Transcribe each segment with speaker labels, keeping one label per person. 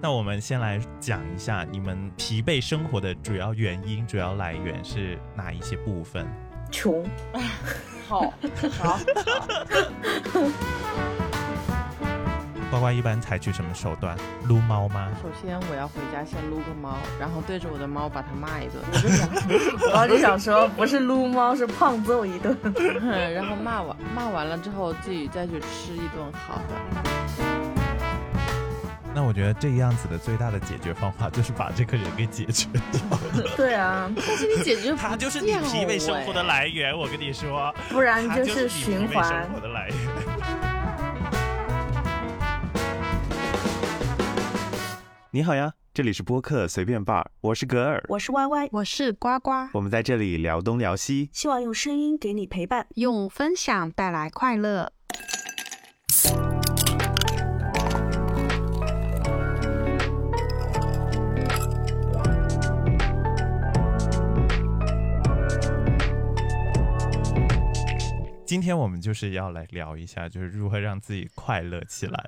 Speaker 1: 那我们先来讲一下你们疲惫生活的主要原因、主要来源是哪一些部分？
Speaker 2: 穷，
Speaker 3: 好，好，
Speaker 1: 呱呱一般采取什么手段？撸猫吗？
Speaker 3: 首先我要回家先撸个猫，然后对着我的猫把它骂一顿，
Speaker 2: 我就想说，不是撸猫，是胖揍一顿。
Speaker 3: 然后骂完骂完了之后自己再去吃一顿好 的。
Speaker 1: 那我觉得这样子的最大的解决方法就是把这个人给解决掉。
Speaker 2: 对啊，
Speaker 3: 但是你解决不
Speaker 1: 他就是你
Speaker 3: 掉
Speaker 1: 疲惫生活的
Speaker 3: 哎
Speaker 1: 来源，我跟你说，
Speaker 2: 不然
Speaker 1: 他
Speaker 2: 就
Speaker 1: 就是
Speaker 2: 是
Speaker 1: 你疲惫
Speaker 2: 循环
Speaker 1: 生。活的来源。
Speaker 4: 你好呀，这里是播客随便 bar，我是格尔，
Speaker 5: 我是 Y Y，
Speaker 6: 我是呱呱，
Speaker 1: 哦
Speaker 4: 我们在这里聊东聊西。
Speaker 5: 希望用声音给你陪伴。
Speaker 6: 用分享带来快乐。
Speaker 1: 今天我们就是要来聊一下，就是如何让自己快乐起 来。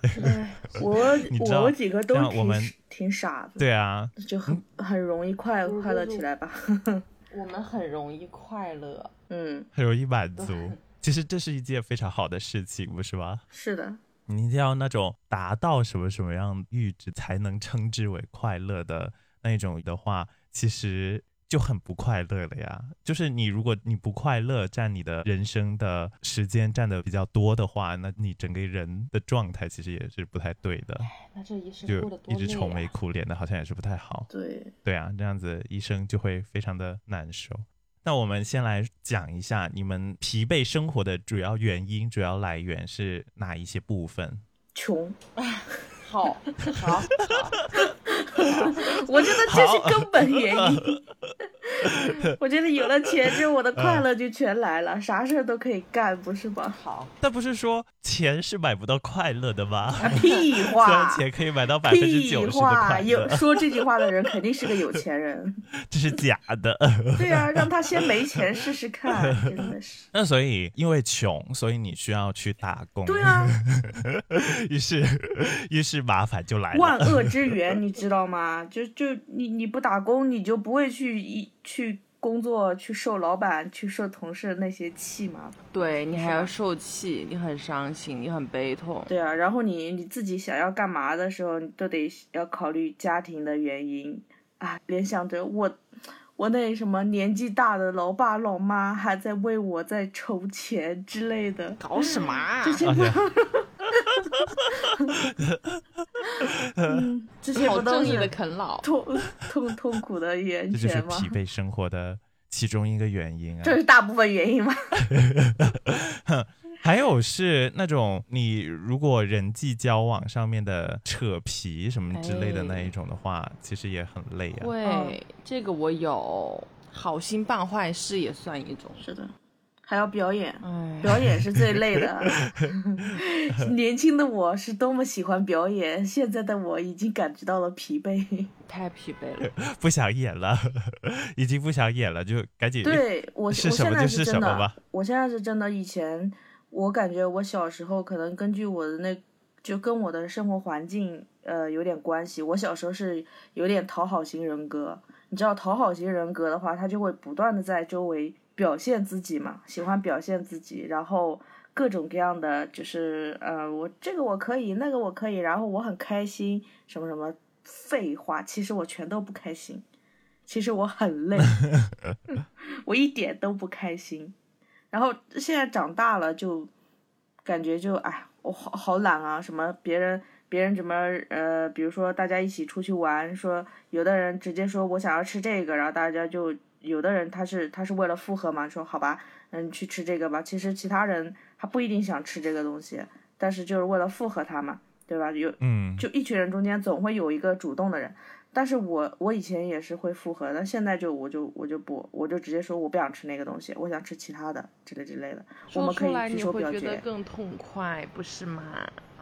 Speaker 2: 我
Speaker 1: 你知道
Speaker 2: 我几个都
Speaker 1: 这样我
Speaker 2: 挺
Speaker 1: 们
Speaker 2: 挺傻的，
Speaker 1: 对啊，
Speaker 2: 就很很容易快
Speaker 3: 嗯
Speaker 2: 快乐起来吧。
Speaker 3: 我们很容易快乐，
Speaker 2: 嗯，
Speaker 1: 很容易满 足。其实这是一件非常好的事情，不是吗？
Speaker 2: 是的，
Speaker 1: 你一定要那种达到什么什么样阈值才能称之为快乐的那一种的话，其实就很不快乐了呀。就是你如果你不快乐，占你的人生的时间占的比较多的话，那你整个人的状态其实也是不太对的，
Speaker 3: 那这一生过得
Speaker 1: 就
Speaker 3: 多
Speaker 1: 一
Speaker 3: 累
Speaker 1: 直
Speaker 3: 啊
Speaker 1: 愁眉苦脸的，好像也是不太好。
Speaker 2: 对，
Speaker 1: 对啊，这样子医生就会非常的难受。那我们先来讲一下你们疲惫生活的主要原因、主要来源是哪一些部分？
Speaker 2: 穷，
Speaker 3: 好，好，
Speaker 2: 我觉得这是根本 原因。我觉得有了钱之后，
Speaker 1: 嗯
Speaker 2: 我的快乐就全来了，啥事儿都可以干，不是吗？
Speaker 3: 好，
Speaker 1: 但不是说钱是买不到快乐的吗？
Speaker 2: 啊屁
Speaker 1: 虽然
Speaker 2: 话，
Speaker 1: 钱可以买到百分之
Speaker 2: 哎屁
Speaker 1: 九十的
Speaker 2: 话，
Speaker 1: 快
Speaker 2: 有
Speaker 1: 乐，
Speaker 2: 说这句话的人肯定是个有钱人。
Speaker 1: 这是假的。
Speaker 2: 对啊，让他先没钱试试看，真的是。
Speaker 1: 那所以因为穷，所以你需要去打工。
Speaker 2: 对啊，
Speaker 1: 于是于是麻烦就来
Speaker 2: 万
Speaker 1: 了。
Speaker 2: 恶之源， 你知道吗？就就你你不打工，你就不会去一去工作，去受老板、去受同事那些气嘛。
Speaker 3: 对你还要受气，你很伤心，你很悲痛，
Speaker 2: 对啊，然后你你自己想要干嘛的时候，你都得要考虑家庭的原因啊。联想着我，我那什么年纪大的老爸老妈还在为我在筹钱之类的，
Speaker 3: 搞什么啊？
Speaker 1: 而且
Speaker 2: 这些
Speaker 3: 好
Speaker 2: 不都
Speaker 3: 正义的
Speaker 2: 是
Speaker 3: 啃老，
Speaker 2: 痛痛痛苦的源
Speaker 1: 这就是
Speaker 2: 泉吗？
Speaker 1: 疲惫生活的其中一个原因啊。
Speaker 2: 这是大部分原因吗？
Speaker 1: 还有是那种你如果人际交往上面的扯皮什么之类的
Speaker 3: 哎
Speaker 1: 那一种的话，其实也很累啊。
Speaker 3: 对
Speaker 2: 嗯，
Speaker 3: 这个我有，好心办坏事也算一种。
Speaker 2: 是的，还要表演。
Speaker 1: 嗯
Speaker 3: 哎，
Speaker 2: 表演是最累的。 年轻的我是多么喜欢表演，现在的我已经感觉到了疲惫。
Speaker 3: 太疲惫了。
Speaker 1: 不想演了， 已经不想演了，就赶紧
Speaker 2: 对我，我
Speaker 1: 是什
Speaker 2: 现
Speaker 1: 么
Speaker 2: 在
Speaker 1: 就是什
Speaker 2: 真
Speaker 1: 么
Speaker 2: 的
Speaker 1: 吧，
Speaker 2: 我现在是真的。以前我感觉我小时候可能根据我的那，就跟我的生活环境呃有点关系。我小时候是有点讨好型人格，你知道讨好型人格的话，他就会不断的在周围表现自己嘛，喜欢表现自己，然后。各种各样的，就是呃，我这个我可以，那个我可以，然后我很开心，什么什么废话，其实我全都不开心，其实我很累，我一点都不开心。然后现在长大了就感觉就哎，我好好懒啊，什么别人别人怎么呃，比如说大家一起出去玩，说有的人直接说我想要吃这个，然后大家就有的人他是他是为了附和嘛，说好吧，嗯，去吃这个吧。其实其他人他不一定想吃这个东西，但是就是为了附和他嘛，对吧？有
Speaker 1: 嗯，
Speaker 2: 就一群人中间总会有一个主动的人，但是我我以前也是会复合，但现在就我就我就不，我就直接说我不想吃那个东西，我想吃其他的之类之类的，我
Speaker 3: 说
Speaker 2: 们可
Speaker 3: 出来
Speaker 2: 以举
Speaker 3: 你
Speaker 2: 手
Speaker 3: 会
Speaker 2: 表
Speaker 3: 觉得
Speaker 2: 决。
Speaker 3: 更痛快，不是吗？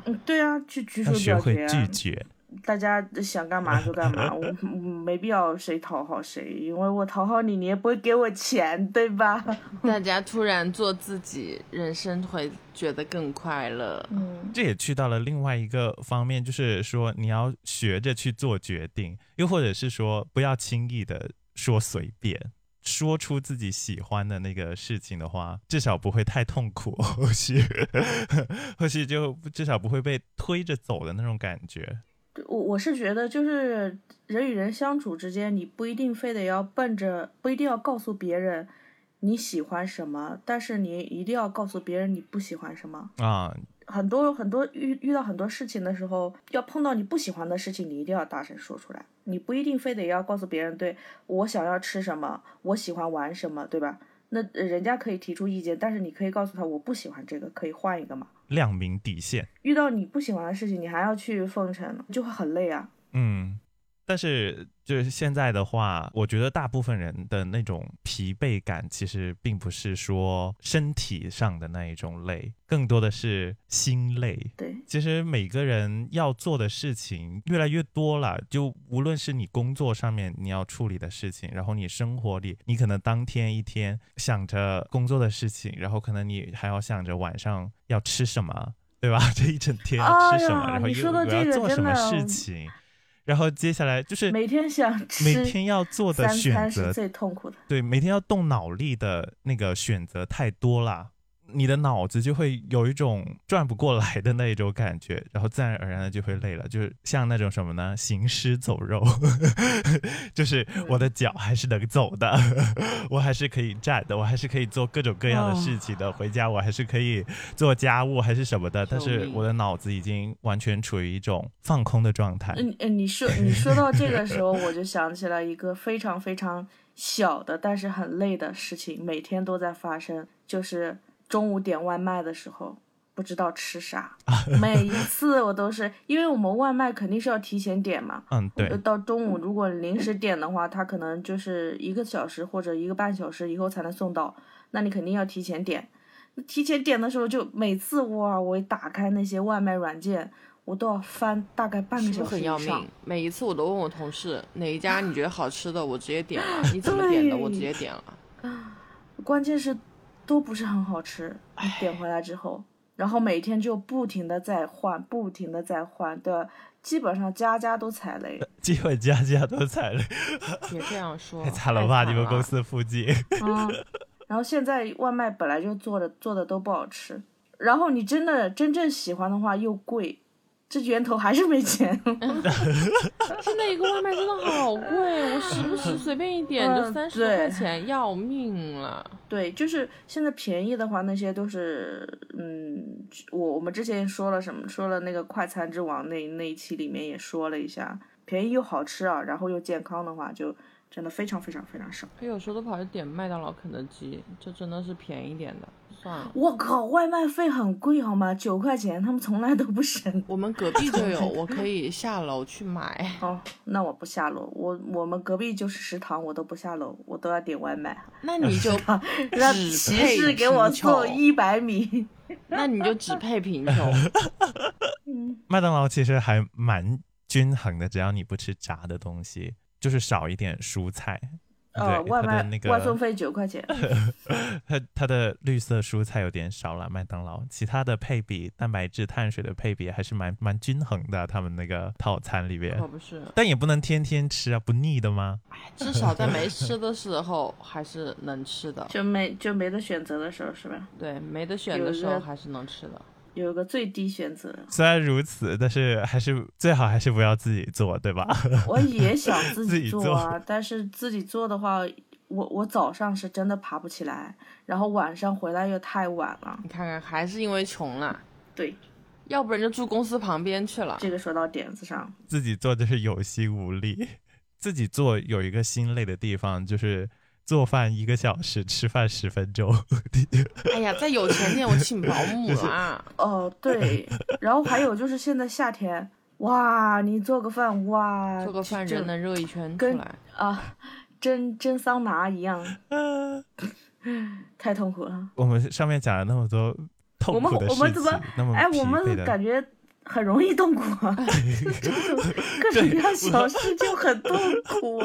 Speaker 2: 嗯，对啊，去举手
Speaker 1: 要学
Speaker 2: 表
Speaker 1: 会
Speaker 2: 决啊。
Speaker 1: 拒绝。
Speaker 2: 大家想干嘛就干嘛，我 我没必要谁讨好谁，因为我讨好你，你也不会给我钱，对吧？
Speaker 3: 大家突然做自己，人生会觉得更快乐。
Speaker 2: 嗯，
Speaker 1: 这也去到了另外一个方面，就是说你要学着去做决定，又或者是说不要轻易的说随便，说出自己喜欢的那个事情的话，至少不会太痛苦， 后续后续就至少不会被推着走的那种感觉。
Speaker 2: 我我是觉得，就是人与人相处之间，你不一定非得要奔着，不一定要告诉别人你喜欢什么，但是你一定要告诉别人你不喜欢什么。
Speaker 1: 啊，
Speaker 2: 很多很多遇遇到很多事情的时候，要碰到你不喜欢的事情，你一定要大声说出来。你不一定非得要告诉别人，对我想要吃什么，我喜欢玩什么，对吧？那呃人家可以提出意见，但是你可以告诉他我不喜欢这个，可以换一个嘛。
Speaker 1: 亮明底线。
Speaker 2: 遇到你不喜欢的事情，你还要去奉承，就会很累啊。
Speaker 1: 嗯，但是就是现在的话，我觉得大部分人的那种疲惫感，其实并不是说身体上的那一种累，更多的是心累。
Speaker 2: 对，
Speaker 1: 其实每个人要做的事情越来越多了，就无论是你工作上面你要处理的事情，然后你生活里，你可能当天一天想着工作的事情，然后可能你还要想着晚上要吃什么， 对 吧？这一整天要吃什么，
Speaker 2: 哎呀
Speaker 1: 然后
Speaker 2: 你
Speaker 1: 又
Speaker 2: 说到
Speaker 1: 我要
Speaker 2: 这个
Speaker 1: 做什么
Speaker 2: 真的
Speaker 1: 事情，然后接下来就是
Speaker 2: 每天想吃
Speaker 1: 每天要做的
Speaker 2: 三
Speaker 1: 选
Speaker 2: 餐
Speaker 1: 择
Speaker 2: 是最痛苦的。
Speaker 1: 对，每天要动脑力的那个选择太多啦，你的脑子就会有一种转不过来的那一种感觉，然后自然而然的就会累了，就是像那种什么呢，行尸走肉， 就是我的脚还是能走的， 我还是可以站的，我还是可以做各种各样的事情的，回家我还是可以做家务还是什么的，但
Speaker 3: 救
Speaker 1: 是
Speaker 3: 命
Speaker 1: 我的脑子已经完全处于一种放空的状态。
Speaker 2: 嗯嗯，你说你说到这个时候，我就想起了一个非常非常小的，但是很累的事情，每天都在发生，就是中午点外卖的时候。不知道 吃啥，每一次我都是，因为我们外卖肯定是要提前点嘛，
Speaker 1: 嗯，对
Speaker 2: 呃，到中午如果临时点的话，它可能就是一个小时或者一个半小时以后才能送到，那你肯定要提前点。那提前点的时候，就每次哇，我一打开那些外卖软件，我都要翻大概半个
Speaker 3: 是
Speaker 2: 小
Speaker 3: 不是
Speaker 2: 时
Speaker 3: 很
Speaker 2: 以
Speaker 3: 要
Speaker 2: 上。
Speaker 3: 命？每一次我都问我同事哪一家你觉得好吃的，我直接点 了。你怎么点的？我直接点了。
Speaker 2: 关键是都不是很好吃，你点回来之后，然后每天就不停的在换，不停的在换对，基本上家家都踩雷。
Speaker 1: 机会家家都踩雷，
Speaker 3: 别这样说，
Speaker 1: 太惨了吧？你们公
Speaker 3: 了
Speaker 1: 司附近。
Speaker 2: 嗯，然后现在外卖本来就做的做的都不好吃，然后你真的真正喜欢的话又贵，这源头还是没钱。
Speaker 3: 现在一个外卖真的好贵，我时不时随便一点就
Speaker 2: 嗯
Speaker 3: 三十
Speaker 2: 对
Speaker 3: 多块钱，要命了。
Speaker 2: 对，就是现在便宜的话，那些都是嗯，我我们之前说了什么，说了那个快餐之王那那一期里面也说了一下，便宜又好吃啊，然后又健康的话，就真的非常非常非常少。
Speaker 3: 我哎有时候都跑去点麦当劳、肯德基，这真的是便宜点的。算了，
Speaker 2: 我靠，外卖费很贵好吗？九块钱，他们从来都不省。
Speaker 3: 我们隔壁就有， 我可以下楼去买。
Speaker 2: 哦，那我不下楼，我我们隔壁就是食堂，我都不下楼，我都要点外卖，
Speaker 3: 那 你就
Speaker 2: 让
Speaker 3: 只
Speaker 2: 骑
Speaker 3: 配
Speaker 2: 士给我
Speaker 3: 贫
Speaker 2: 送
Speaker 3: 穷，
Speaker 2: 一百米。
Speaker 3: 那你就只配贫穷。
Speaker 2: 嗯，
Speaker 1: 麦当劳其实还蛮均衡的，只要你不吃炸的东西，就是少一点蔬菜。
Speaker 2: 呃，
Speaker 1: 啊对
Speaker 2: 外
Speaker 1: 它的
Speaker 2: 卖、
Speaker 1: 那个
Speaker 2: 外送费九块钱。
Speaker 1: 它它的绿色蔬菜有点少了，麦当劳其他的配比，蛋白质、碳水的配比还是蛮蛮均衡的，他们那个套餐里边
Speaker 2: 哦
Speaker 3: 可。不是，哎
Speaker 1: 但也不能天天吃啊，不腻的吗？
Speaker 3: 至少在没吃的时候还是能吃的，
Speaker 2: 就没就没得选择的时候是吧？
Speaker 3: 对，没得选的时
Speaker 2: 有
Speaker 3: 候
Speaker 2: 的
Speaker 3: 还是能吃的。
Speaker 2: 有个最低选择，
Speaker 1: 虽然如此，但是还是最好还是不要自己做，对吧？
Speaker 2: 我 也想自
Speaker 1: 自
Speaker 2: 己
Speaker 1: 己
Speaker 2: 做
Speaker 1: 做
Speaker 2: 啊，但是自己做的话，我我早上是真的爬不起来，然后晚上回来又太晚了。
Speaker 3: 你看看，还是因为穷了，
Speaker 2: 对，
Speaker 3: 要不然就住公司旁边去了。
Speaker 2: 这个说到点子上，
Speaker 1: 自己做就是有心无力。 自己做有一个心累的地方，就是做饭一个小时，吃饭十分钟。
Speaker 3: 哎呀，再有钱点，我请保 姆
Speaker 1: 就是
Speaker 3: 啦。
Speaker 2: 哦，对，然后还有就是现在夏天，哇，你做个饭，哇，
Speaker 3: 做个饭
Speaker 2: 就
Speaker 3: 人能热一圈出
Speaker 2: 跟
Speaker 3: 来，
Speaker 2: 啊，蒸蒸桑拿一 样，太痛苦了。
Speaker 1: 我们上面讲了那么多痛
Speaker 2: 我们
Speaker 1: 苦的事情，
Speaker 2: 我们怎么
Speaker 1: 那么
Speaker 2: 哎，我
Speaker 1: 疲惫
Speaker 2: 们
Speaker 1: 的
Speaker 2: 感觉 很容易痛苦 啊，各种各样小事就很痛 苦，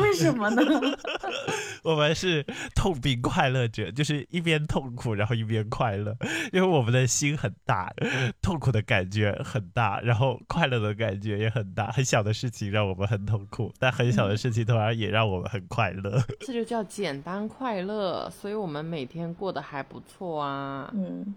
Speaker 2: 为什么呢？
Speaker 1: 我们是痛并快乐着，就是一边痛苦，然后一边快乐， 因为我们的心很大，痛苦的感觉很大，然后快乐的感觉也很大。很小的事情让我们很痛苦，但很小的事情同样也让我们很快乐。
Speaker 3: 这就叫简单快乐，所以我们每天过得还不错啊。
Speaker 2: 嗯，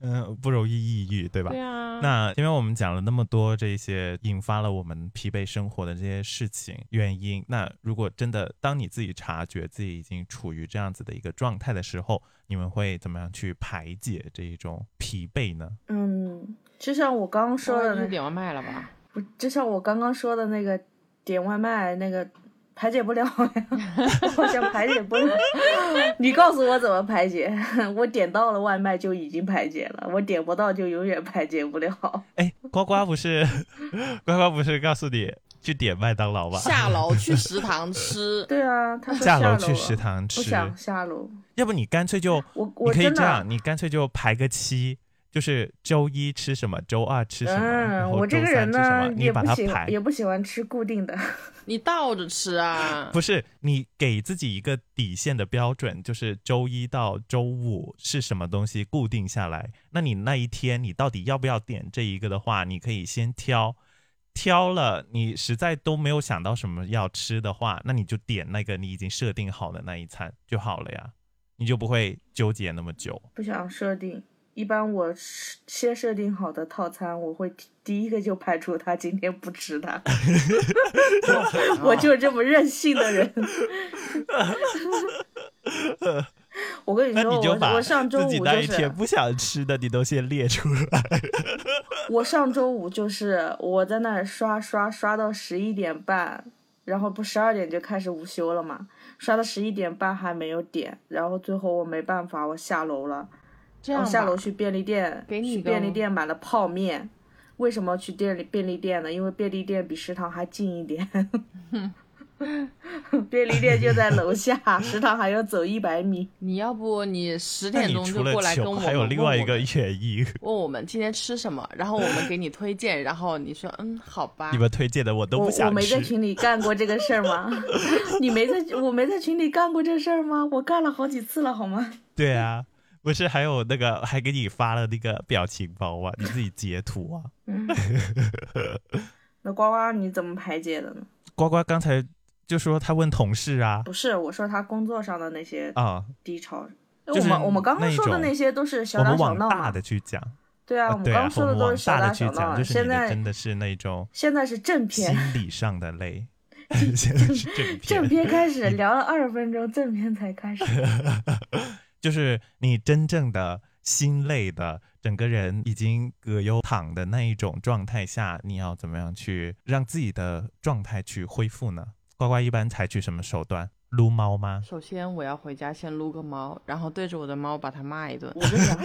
Speaker 1: 嗯，不容易抑郁，对吧？
Speaker 3: 对啊，
Speaker 1: 那因为我们讲了那么多这些引发了我们疲惫生活的这些事情原因，那如果真的当你自己察觉自己已经处于这样子的一个状态的时候，你们会怎么样去排解这一种疲惫呢？
Speaker 2: 嗯，就像我刚刚说的
Speaker 3: 那
Speaker 2: 那
Speaker 3: 就点外卖了吧？
Speaker 2: 不，就像我刚刚说的那个点外卖那个排解不了呀， 好像排解不了。 你告诉我怎么排解？我点到了外卖就已经排解了，我点不到就永远排解不了。
Speaker 1: 哎，呱呱不是，呱呱不是告诉你去点麦当劳吧？
Speaker 3: 下楼去食堂吃
Speaker 2: 。对啊，他说
Speaker 1: 下
Speaker 2: 楼
Speaker 1: 楼去
Speaker 2: 啊
Speaker 1: 食堂吃
Speaker 2: 不想 下楼。
Speaker 1: 要不你干脆就
Speaker 2: 我
Speaker 1: 你
Speaker 2: 我
Speaker 1: 可以
Speaker 2: 真
Speaker 1: 这样，
Speaker 2: 的，
Speaker 1: 你干脆就排个期，就是周一吃什么，周二吃什么，然
Speaker 2: 嗯，
Speaker 1: 后
Speaker 2: 我
Speaker 1: 周
Speaker 2: 这个
Speaker 1: 三
Speaker 2: 人
Speaker 1: 吃什么，
Speaker 2: 呢
Speaker 1: 你
Speaker 2: 也
Speaker 1: 把
Speaker 2: 不
Speaker 1: 它
Speaker 2: 喜
Speaker 1: 排。
Speaker 2: 也不喜欢吃固定的，
Speaker 3: 你倒着吃
Speaker 2: 嗯
Speaker 3: 啊？
Speaker 1: 不是你给自己一个底线的标准，就是周一到周五是什么东西固定下来。那你那一天你到底要不要点这一个的话，你可以先挑，挑了你实在都没有想到什么要吃的话，那你就点那个你已经设定好的那一餐就好了呀，你就不会纠结那么久。
Speaker 2: 不想设定。一般我是先设定好的套餐，我会第第一个就排除它，今天不 吃它。我就是这么任性 的人。我跟你
Speaker 1: 那
Speaker 2: 说，
Speaker 1: 你就
Speaker 2: 我
Speaker 1: 把
Speaker 2: 我上周
Speaker 1: 自己
Speaker 2: 五
Speaker 1: 那
Speaker 2: 就
Speaker 1: 一天
Speaker 2: 是，
Speaker 1: 不想吃的你都先列出 来。
Speaker 2: 我上周五就是我在那儿刷刷刷到十一点半，然后不十二点就开始午休了嘛，刷到十一点半还没有点，然后最后我没办法，我下楼了，
Speaker 3: 这样
Speaker 2: 我
Speaker 3: 吧
Speaker 2: 下楼去便利店，
Speaker 3: 给你一
Speaker 2: 去
Speaker 3: 个
Speaker 2: 便利店买了泡面。为什么去店里便利店呢？因为便利店比食堂还近一点。 便利店就在楼下，食堂还要走一百米。
Speaker 3: 你要不你十
Speaker 1: 那
Speaker 3: 点
Speaker 1: 你
Speaker 3: 钟
Speaker 1: 除
Speaker 3: 就
Speaker 1: 了
Speaker 3: 过来跟
Speaker 1: 穷，
Speaker 3: 我们
Speaker 1: 还有另外一个
Speaker 3: 问我们
Speaker 1: 原因。
Speaker 3: 问我们今天吃什么，然后我们给你推荐，然后你说嗯好吧，
Speaker 1: 你们推荐的我都
Speaker 2: 啊我
Speaker 1: 不想吃。
Speaker 2: 我没在群里干过这个事儿吗？ 你没在，我没在群里干过这事儿吗？我干了好几次了，好吗？
Speaker 1: 对啊，不是还有那个还给你发了那个表情包啊，你自己截图啊。
Speaker 2: 那呱呱你怎么排解的呢？
Speaker 1: 呱呱刚才就说他问同事啊
Speaker 2: 不是，我说他工作上的那些
Speaker 1: 啊，
Speaker 2: 低潮。
Speaker 1: 就是
Speaker 2: 我们我们刚刚说
Speaker 1: 那
Speaker 2: 的
Speaker 1: 一种
Speaker 2: 那些都是小
Speaker 1: 我
Speaker 2: 打
Speaker 1: 们
Speaker 2: 小
Speaker 1: 往
Speaker 2: 闹
Speaker 1: 大
Speaker 2: 嘛
Speaker 1: 的。去讲，
Speaker 2: 对啊，我们
Speaker 1: 对
Speaker 2: 刚
Speaker 1: 啊我
Speaker 2: 刚，说
Speaker 1: 们
Speaker 2: 都
Speaker 1: 往
Speaker 2: 是小
Speaker 1: 大
Speaker 2: 打
Speaker 1: 的去
Speaker 2: 小闹
Speaker 1: 讲，
Speaker 2: 啊。
Speaker 1: 就是
Speaker 2: 现
Speaker 1: 你的
Speaker 2: 在
Speaker 1: 真的是那种
Speaker 2: 现在是正
Speaker 1: 心
Speaker 2: 片，
Speaker 1: 理上的累， 现在是正
Speaker 2: 正
Speaker 1: 片。
Speaker 2: 片 开始
Speaker 1: 嗯
Speaker 2: 聊了二十分钟，正片才开始。
Speaker 1: 就是你真正的心累的，整个人已经葛优躺的那一种状态下，你要怎么样去让自己的状态去恢复呢？呱呱一般采取什么手段？撸猫吗？
Speaker 3: 首先我要回家先撸个猫，然后对着我的猫把它骂一顿，
Speaker 2: 我就想，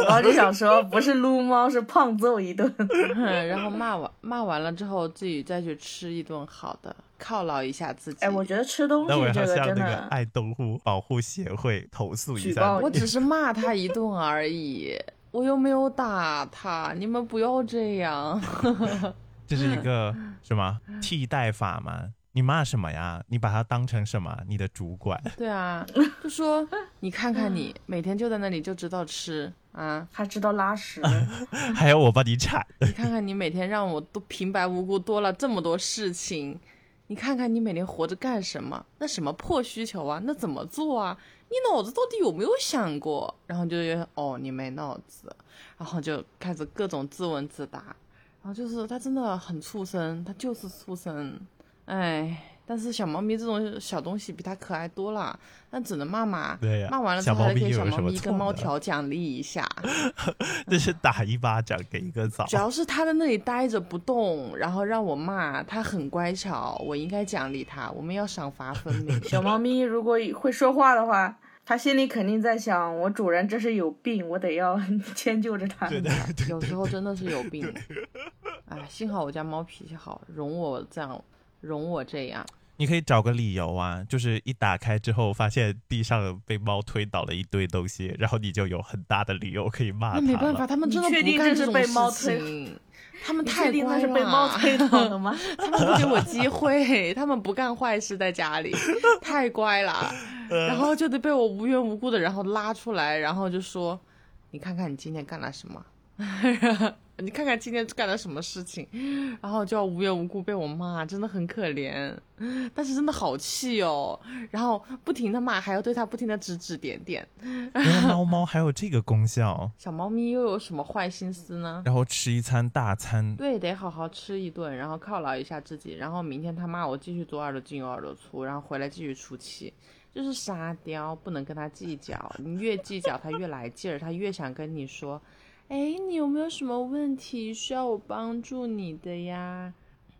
Speaker 2: 我刚就想说，不是撸猫，是胖揍 一顿。
Speaker 3: 然后骂完骂完了之后自己再去吃一顿好的，犒劳一下自己。
Speaker 2: 哎，我觉得吃东
Speaker 1: 那我
Speaker 2: 西
Speaker 1: 要
Speaker 2: 这
Speaker 1: 向
Speaker 2: 真
Speaker 1: 那个
Speaker 2: 的，
Speaker 1: 爱动物保护协会投诉一
Speaker 2: 举
Speaker 1: 下
Speaker 2: 报
Speaker 1: 你。
Speaker 3: 我只是骂他一顿而已，我又没有打他，你们不要这样。
Speaker 1: 这是一个什 么替代法吗？你骂什么呀？你把它当成什么？你的主管？
Speaker 3: 对啊，就说你看看你，每天就在那里就知道吃啊，
Speaker 2: 还知道拉屎。
Speaker 1: 还要我帮你铲？
Speaker 3: 你看看你每天让我都平白无故多了这么多事情，你看看你每天活着干什么？那什么破需求啊？那怎么做啊？你脑子到底有没有想过？然后就觉得哦，你没脑子，然后就开始各种自问自答，然后就是他真的很畜生，他就是畜生，哎。但是小猫咪这种小东西比它可爱多了，但只能骂骂。
Speaker 1: 对呀
Speaker 3: 骂完了之后
Speaker 1: 小猫
Speaker 3: 还可
Speaker 1: 咪
Speaker 3: 以
Speaker 1: 又
Speaker 3: 小
Speaker 1: 有
Speaker 3: 猫
Speaker 1: 什么
Speaker 3: 咪
Speaker 1: 错
Speaker 3: 跟猫
Speaker 1: 呢
Speaker 3: 条奖励一下。
Speaker 1: 这是打一巴掌给一个枣。
Speaker 3: 主要是他在那里待着不动，然后让我骂他很乖巧，我应该奖励他，我们要赏罚分 明。
Speaker 2: 小猫咪如果会说话的话，它心里肯定在想：我主人这是有病，我得要 迁就着它。
Speaker 1: 对的，对
Speaker 3: 有
Speaker 1: 的。
Speaker 3: 时候真的是有病，哎，幸好我家猫脾气好，容我这样，容我这样。
Speaker 1: 你可以找个理由啊，就是一打开之后发现地上被猫推倒了一堆东西，然后你就有很大的理由可以骂
Speaker 3: 那
Speaker 1: 它
Speaker 3: 没办
Speaker 1: 啊了
Speaker 3: 法，，他们真的
Speaker 2: 你确
Speaker 3: 不
Speaker 2: 定
Speaker 3: 干
Speaker 2: 这是
Speaker 3: 种
Speaker 2: 被猫
Speaker 3: 事
Speaker 2: 推
Speaker 3: 情。他们
Speaker 2: 你
Speaker 3: 太
Speaker 2: 确定
Speaker 3: 乖
Speaker 2: 它
Speaker 3: 了，
Speaker 2: 是被猫 推倒的吗？
Speaker 3: 他们不给我机会，他们不干坏事，在家里太乖了，然后就得被我无缘无故的，然后拉出来，然后就说：“你看看你今天干了什么， 你看看今天干了什么事情。”然后就要无缘无故被我骂，真的很可怜，但是真的好气哦。然后不停的骂，还要对他不停的指指点点。
Speaker 1: 原来猫猫还有这个功效，
Speaker 3: 小猫咪又有什么坏心思呢？
Speaker 1: 然后吃一餐大餐，
Speaker 3: 对，得好好吃一顿，然后犒劳一下自己，然后明天他骂我继续左耳朵进右耳朵出，然后回来继续出气，就是沙雕，不能跟他计较，你越计较他越来劲儿，他越想跟你说，哎，你有没有什么问题需要我帮助你的呀？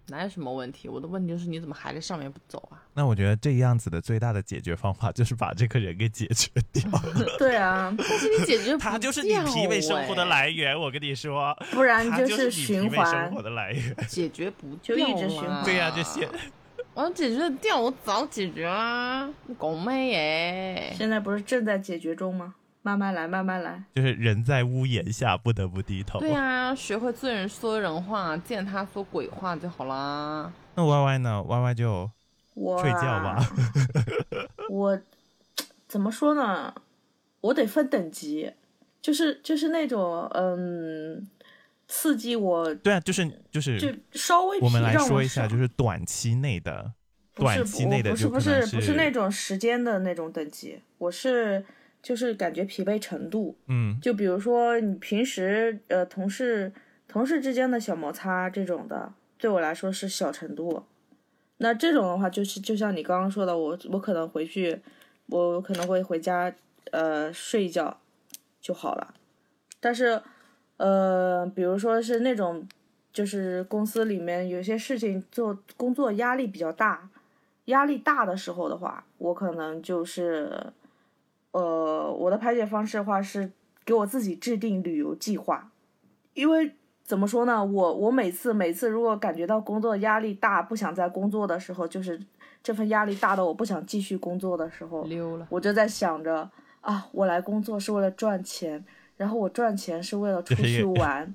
Speaker 3: 哪有什么问题？我的问题就是你怎么还在上面不走啊？
Speaker 1: 那我觉得这样子的最大的解决方法就是把这个人给解决 掉，
Speaker 2: 对啊，
Speaker 3: 但是你解 决不
Speaker 1: 他就是你疲惫生活的
Speaker 3: 掉哎
Speaker 1: 来源。我跟你说，
Speaker 2: 不
Speaker 3: 哎
Speaker 2: 然
Speaker 1: 他
Speaker 2: 就
Speaker 1: 就是
Speaker 2: 是
Speaker 1: 你
Speaker 2: 循
Speaker 1: 疲惫
Speaker 2: 环
Speaker 1: 生活。的来源。
Speaker 3: 解决不
Speaker 2: 就
Speaker 3: 掉
Speaker 2: 一直循
Speaker 3: 啦
Speaker 2: 环啊
Speaker 1: 对呀、这些
Speaker 3: 我要解决得掉，我早解决啦，狗妹哎耶！
Speaker 2: 现在不是正在解决中吗？慢慢来，慢慢来。
Speaker 1: 就是人在屋檐下不得不低头。
Speaker 3: 对
Speaker 1: 哦
Speaker 3: 啊，学会对人说人话，见他说鬼话就好啦。
Speaker 1: 那 Y Y 呢？Y Y 就
Speaker 2: 我、啊、
Speaker 1: 睡觉吧。
Speaker 2: 我怎么说呢？我得分等级，就是就是那种嗯，刺激我
Speaker 1: 对啊，就是就是
Speaker 2: 就稍微
Speaker 1: 我们
Speaker 2: 皮
Speaker 1: 来
Speaker 2: 让
Speaker 1: 说一下，
Speaker 2: 爽
Speaker 1: 就是短期内的，
Speaker 2: 不是
Speaker 1: 短期内的
Speaker 2: 我
Speaker 1: 就
Speaker 2: 不
Speaker 1: 可
Speaker 2: 是
Speaker 1: 能
Speaker 2: 不是不
Speaker 1: 是
Speaker 2: 是那种时间的那种等级，我是就是感觉疲惫程度。
Speaker 1: 嗯，
Speaker 2: 就比如说你平时呃同事同事之间的小摩擦这种的，对我来说是小程度。那这种的话，就是就像你刚刚说的，我我可能回去，我可能会回家呃睡一觉就好了。但是呃，比如说是那种就是公司里面有些事情做工作压力比较大，压力大的时候的话，我可能就是呃我的排解方式的话是给我自己制定旅游计划，因为怎么说呢，我我每次每次如果感觉到工作压力大，不想再工作的时候，就是这份压力大的我不想继续工作的时候，
Speaker 3: 溜了，
Speaker 2: 我就在想着啊，我来工作是为了赚钱，然后我赚钱是为了出
Speaker 1: 就是
Speaker 2: 去玩，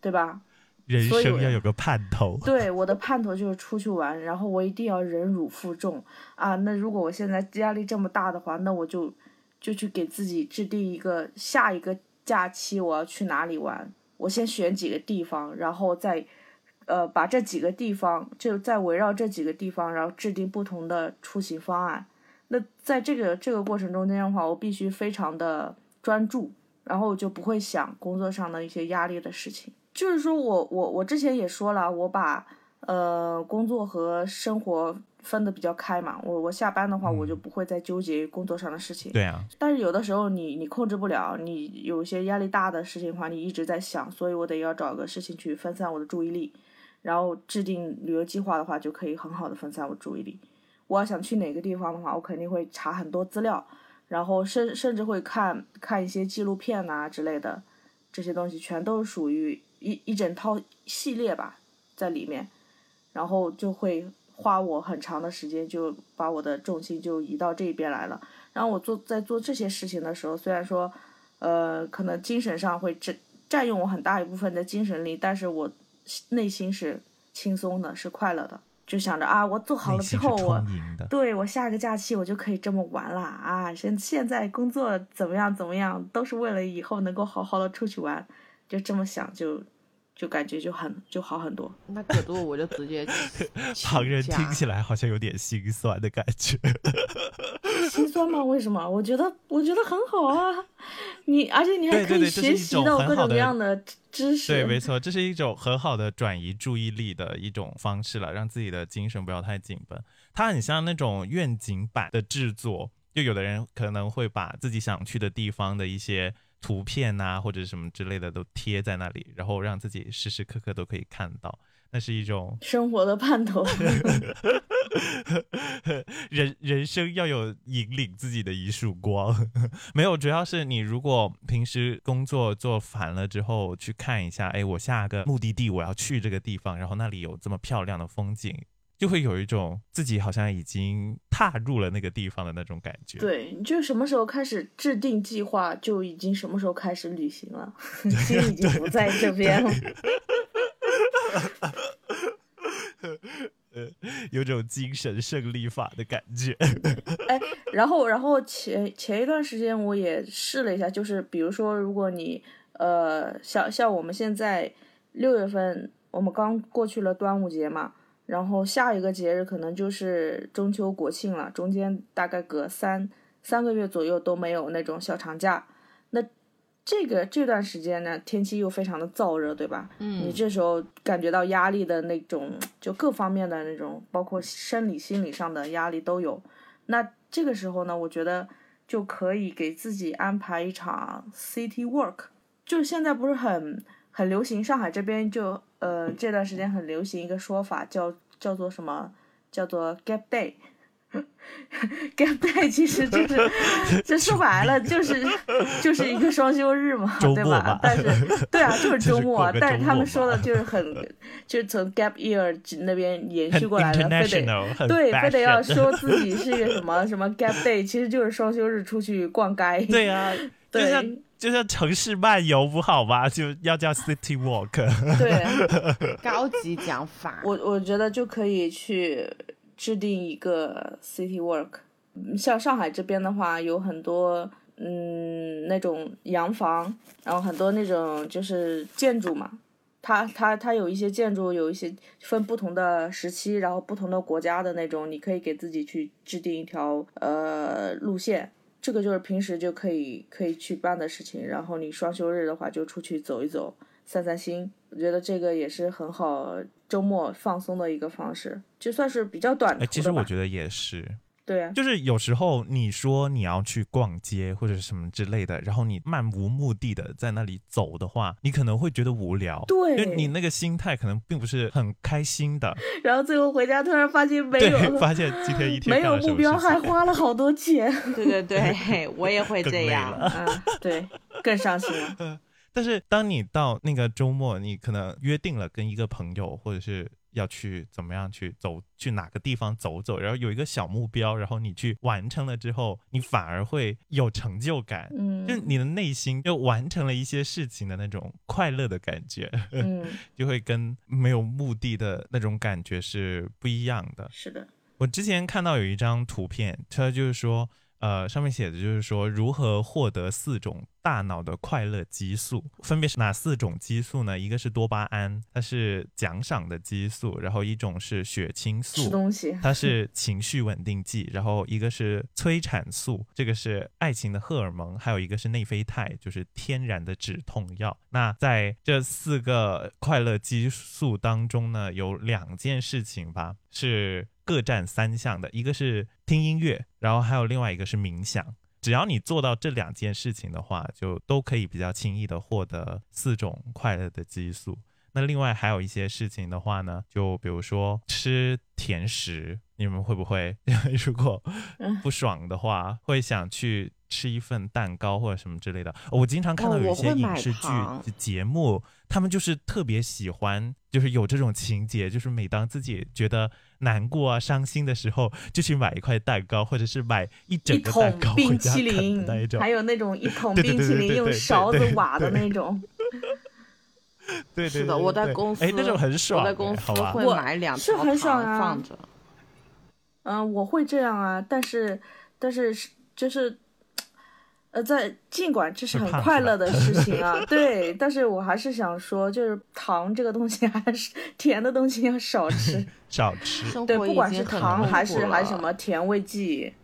Speaker 2: 对吧？
Speaker 1: 人
Speaker 2: 所以
Speaker 1: 生
Speaker 2: 我
Speaker 1: 要有个盼头。
Speaker 2: 对，我的盼头就是出去玩，然后我一定要忍辱负重啊。那如果我现在压力这么大的话，那我就就去给自己制定一个下一个假期我要去哪里玩，我先选几个地方，然后再。呃，把这几个地方就再围绕这几个地方，然后制定不同的出行方案。那在这个这个过程中间的话，我必须非常的专注，然后我就不会想工作上的一些压力的事情。就是说我我我之前也说了，我把呃工作和生活分得比较开嘛。我我下班的话，
Speaker 1: 嗯
Speaker 2: 我就不会再纠结于工作上的事情。
Speaker 1: 对啊，
Speaker 2: 但是有的时候你你控制不了，你有一些压力大的事情的话，你一直在想，所以我得要找个事情去分散我的注意力，然后制定旅游计划的话，就可以很好的分散我注意力。我要想去哪个地方的话，我肯定会查很多资料，然后甚甚至会看看一些纪录片呐、之类的，这些东西全都是属于一一整套系列吧，在里面，然后就会花我很长的时间，就把我的重心就移到这一边来了。然后我做在做这些事情的时候，虽然说，呃，可能精神上会占占用我很大一部分的精神力，但是我内心是轻松的，是快乐的，就想着啊，我做好了
Speaker 1: 内
Speaker 2: 之
Speaker 1: 心是
Speaker 2: 后，我
Speaker 1: 充盈的。
Speaker 2: 对我下个假期我就可以这么玩啦啊！现现在工作怎么样怎么样，都是为了以后能够好好的出去玩，就这么想就就感觉就很就好很多。
Speaker 3: 那葛多我就直接
Speaker 1: 旁人
Speaker 3: 请假
Speaker 1: 听起来好像有点心酸的感觉，
Speaker 2: 心酸吗？为什么？我觉得我觉得很好啊！你而且你还
Speaker 1: 对
Speaker 2: 可
Speaker 1: 对
Speaker 2: 以
Speaker 1: 对这是
Speaker 2: 学
Speaker 1: 一
Speaker 2: 习
Speaker 1: 种
Speaker 2: 到
Speaker 1: 很
Speaker 2: 各
Speaker 1: 好
Speaker 2: 种各
Speaker 1: 的
Speaker 2: 样的知知识。
Speaker 1: 对，没错，这是一种很好的转移注意力的一种方式了，让自己的精神不要太紧绷。它很像那种愿景版的制作，就有的人可能会把自己想去的地方的一些图片呐、或者什么之类的都贴在那里，然后让自己时时刻刻都可以看到。那是一种
Speaker 2: 生活的盼头。
Speaker 1: 人人生要有引领自己的一束光， 没有，主要是你如果平时工作做烦了之后，去看一下，哎，我下个目的地我要去这个地方，然后那里有这么漂亮的风景，就会有一种自己好像已经踏入了那个地方的那种感觉。
Speaker 2: 对，你就什么时候开始制定计划，就已经什么时候开始旅行了， 心已经不在这边了。
Speaker 1: 呃，有种精神胜利法的感 觉。
Speaker 2: 哎，然后然后前前一段时间我也试了一下，就是比如说，如果你呃像像我们现在六月份，我们刚过去了端午节嘛，然后下一个节日可能就是中秋国庆了，中间大概隔三三个月左右都没有那种小长假。那这个这段时间呢，天气又非常的燥热，对吧？
Speaker 3: 嗯
Speaker 2: 你这时候感觉到压力的那种，就各方面的那种，包括生理、心理上的压力都有。那这个时候呢，我觉得就可以给自己安排一场 city work，就是现在不是很很流行，上海这边就呃这段时间很流行一个说法，叫叫做什么？叫做 gap day。gap day 其实 就是，这说白了就是就是一个双休日嘛，
Speaker 1: 周
Speaker 2: 对
Speaker 1: 末
Speaker 2: 吧
Speaker 1: 吧？
Speaker 2: 但 是对啊，就是周末啊，
Speaker 1: 就是过个
Speaker 2: 但是他
Speaker 1: 周末
Speaker 2: 们说的
Speaker 1: 嘛
Speaker 2: 就是很， 就是从 gap year 那边延
Speaker 1: 很
Speaker 2: 续过来的，非得
Speaker 1: international，很
Speaker 2: 对，非得要
Speaker 1: fashion
Speaker 2: 说自己是一个什么什么 gap day，其实就是双休日出去逛街。
Speaker 1: 对呀、啊，就
Speaker 2: 对
Speaker 1: 像就像城市漫游不好吗？就要叫 city walk。
Speaker 2: 对，
Speaker 3: 高级讲法。
Speaker 2: 我我觉得就可以去制定一个 city work。嗯像上海这边的话，有很多嗯那种洋房，然后很多那种就是建筑嘛，它它它有一些建筑，有一些分不同的时期，然后不同的国家的那种，你可以给自己去制定一条呃路线。这个就是平时就可以可以去办的事情，然后你双休日的话就出去走一走，散散心。我觉得这个也是很好周末放松的一个方式，就算是比较短途的
Speaker 1: 哎，
Speaker 2: 吧。
Speaker 1: 其实我觉得也是，
Speaker 2: 对啊，
Speaker 1: 就是有时候你说你要去逛街或者什么之类的，然后你漫无目的的在那里走的话，你可能会觉得无聊。
Speaker 2: 对
Speaker 1: 就你那个心态可能并不是很开心的。
Speaker 2: 然后最后回家突然发现没有
Speaker 1: 对， 发现今天一天
Speaker 2: 没有
Speaker 1: 干了什
Speaker 2: 目
Speaker 1: 么
Speaker 2: 标，
Speaker 1: 事情
Speaker 2: 还花了好多钱。
Speaker 3: 对对对，我也会
Speaker 1: 更
Speaker 3: 这
Speaker 1: 累
Speaker 3: 样。
Speaker 1: 了。
Speaker 2: 嗯，对，更伤心了。
Speaker 1: 但是当你到那个周末，你可能约定了跟一个朋友，或者是要去怎么样去走，去哪个地方走走，然后有一个小目标，然后你去完成了之后，你反而会有成就感，
Speaker 2: 嗯，
Speaker 1: 就你的内心就完成了一些事情的那种快乐的感觉，
Speaker 2: 嗯，
Speaker 1: 就会跟没有目的的那种感觉是不一样的。
Speaker 2: 是的，
Speaker 1: 我之前看到有一张图片，它就是说，呃，上面写的就是说如何获得四种大脑的快乐激素，分别是哪四种激素呢？一个是多巴胺，它是奖赏的激素，然后一种是血清
Speaker 2: 吃
Speaker 1: 素。
Speaker 2: 东 西。
Speaker 1: 它是情绪稳定剂，然后一个是催产素，这个是爱情的荷尔蒙，还有一个是内啡肽，就是天然的止痛药。那在这四个快乐激素当中呢，有两件事情吧是各占三项的，一个是听音乐，然后还有另外一个是冥想。只要你做到这两件事情的话，就都可以比较轻易的获得四种快乐的激素。那另外还有一些事情的话呢，就比如说吃甜食，你们会不会 如果
Speaker 2: 嗯
Speaker 1: 不爽的话，会想去吃一份蛋糕或者什么之类的？我经常看到
Speaker 3: 哦
Speaker 1: 有一
Speaker 3: 我
Speaker 1: 些
Speaker 3: 会
Speaker 1: 影
Speaker 3: 买
Speaker 1: 视剧
Speaker 3: 糖
Speaker 1: 节目，他们就是特别喜欢，就是有这种情节，就是每当自己觉得难过啊、伤心的时候，就去买一块蛋糕，或者是买一
Speaker 2: 一
Speaker 1: 整个蛋
Speaker 2: 桶
Speaker 1: 糕回
Speaker 2: 冰
Speaker 1: 家
Speaker 2: 淇
Speaker 1: 啃
Speaker 2: 淋
Speaker 1: 的那一，种
Speaker 2: 还。有那种一桶
Speaker 1: 对对
Speaker 2: 冰淇
Speaker 1: 对对对
Speaker 2: 淋用
Speaker 1: 对
Speaker 2: 勺子
Speaker 1: 对
Speaker 2: 挖的
Speaker 1: 对
Speaker 2: 那种，
Speaker 1: 对对
Speaker 3: 是
Speaker 1: 对
Speaker 3: 的，
Speaker 1: 对
Speaker 3: 我在
Speaker 1: 对
Speaker 3: 公司，
Speaker 1: 哎，那种很爽
Speaker 3: 我
Speaker 1: 哎，
Speaker 3: 在公司
Speaker 1: 好吧
Speaker 3: 会
Speaker 2: 我
Speaker 3: 买两
Speaker 2: 是
Speaker 3: 条
Speaker 2: 很爽
Speaker 3: 糖
Speaker 2: 啊
Speaker 3: 放着。
Speaker 2: 嗯，我会这样啊，但是，但是是就是，呃，在尽管这是
Speaker 1: 会
Speaker 2: 很
Speaker 1: 胖
Speaker 2: 快
Speaker 1: 是吧
Speaker 2: 乐的事情 啊，对，但是我还是想说，就是糖这个东西还是 甜的东西要少吃，
Speaker 1: 少吃。
Speaker 3: 生
Speaker 2: 对，
Speaker 3: 活
Speaker 2: 不
Speaker 3: 已
Speaker 2: 管
Speaker 3: 经
Speaker 2: 是
Speaker 3: 很
Speaker 2: 糖
Speaker 3: 痛
Speaker 2: 还
Speaker 3: 苦
Speaker 2: 是还是什
Speaker 3: 了
Speaker 2: 么甜味剂，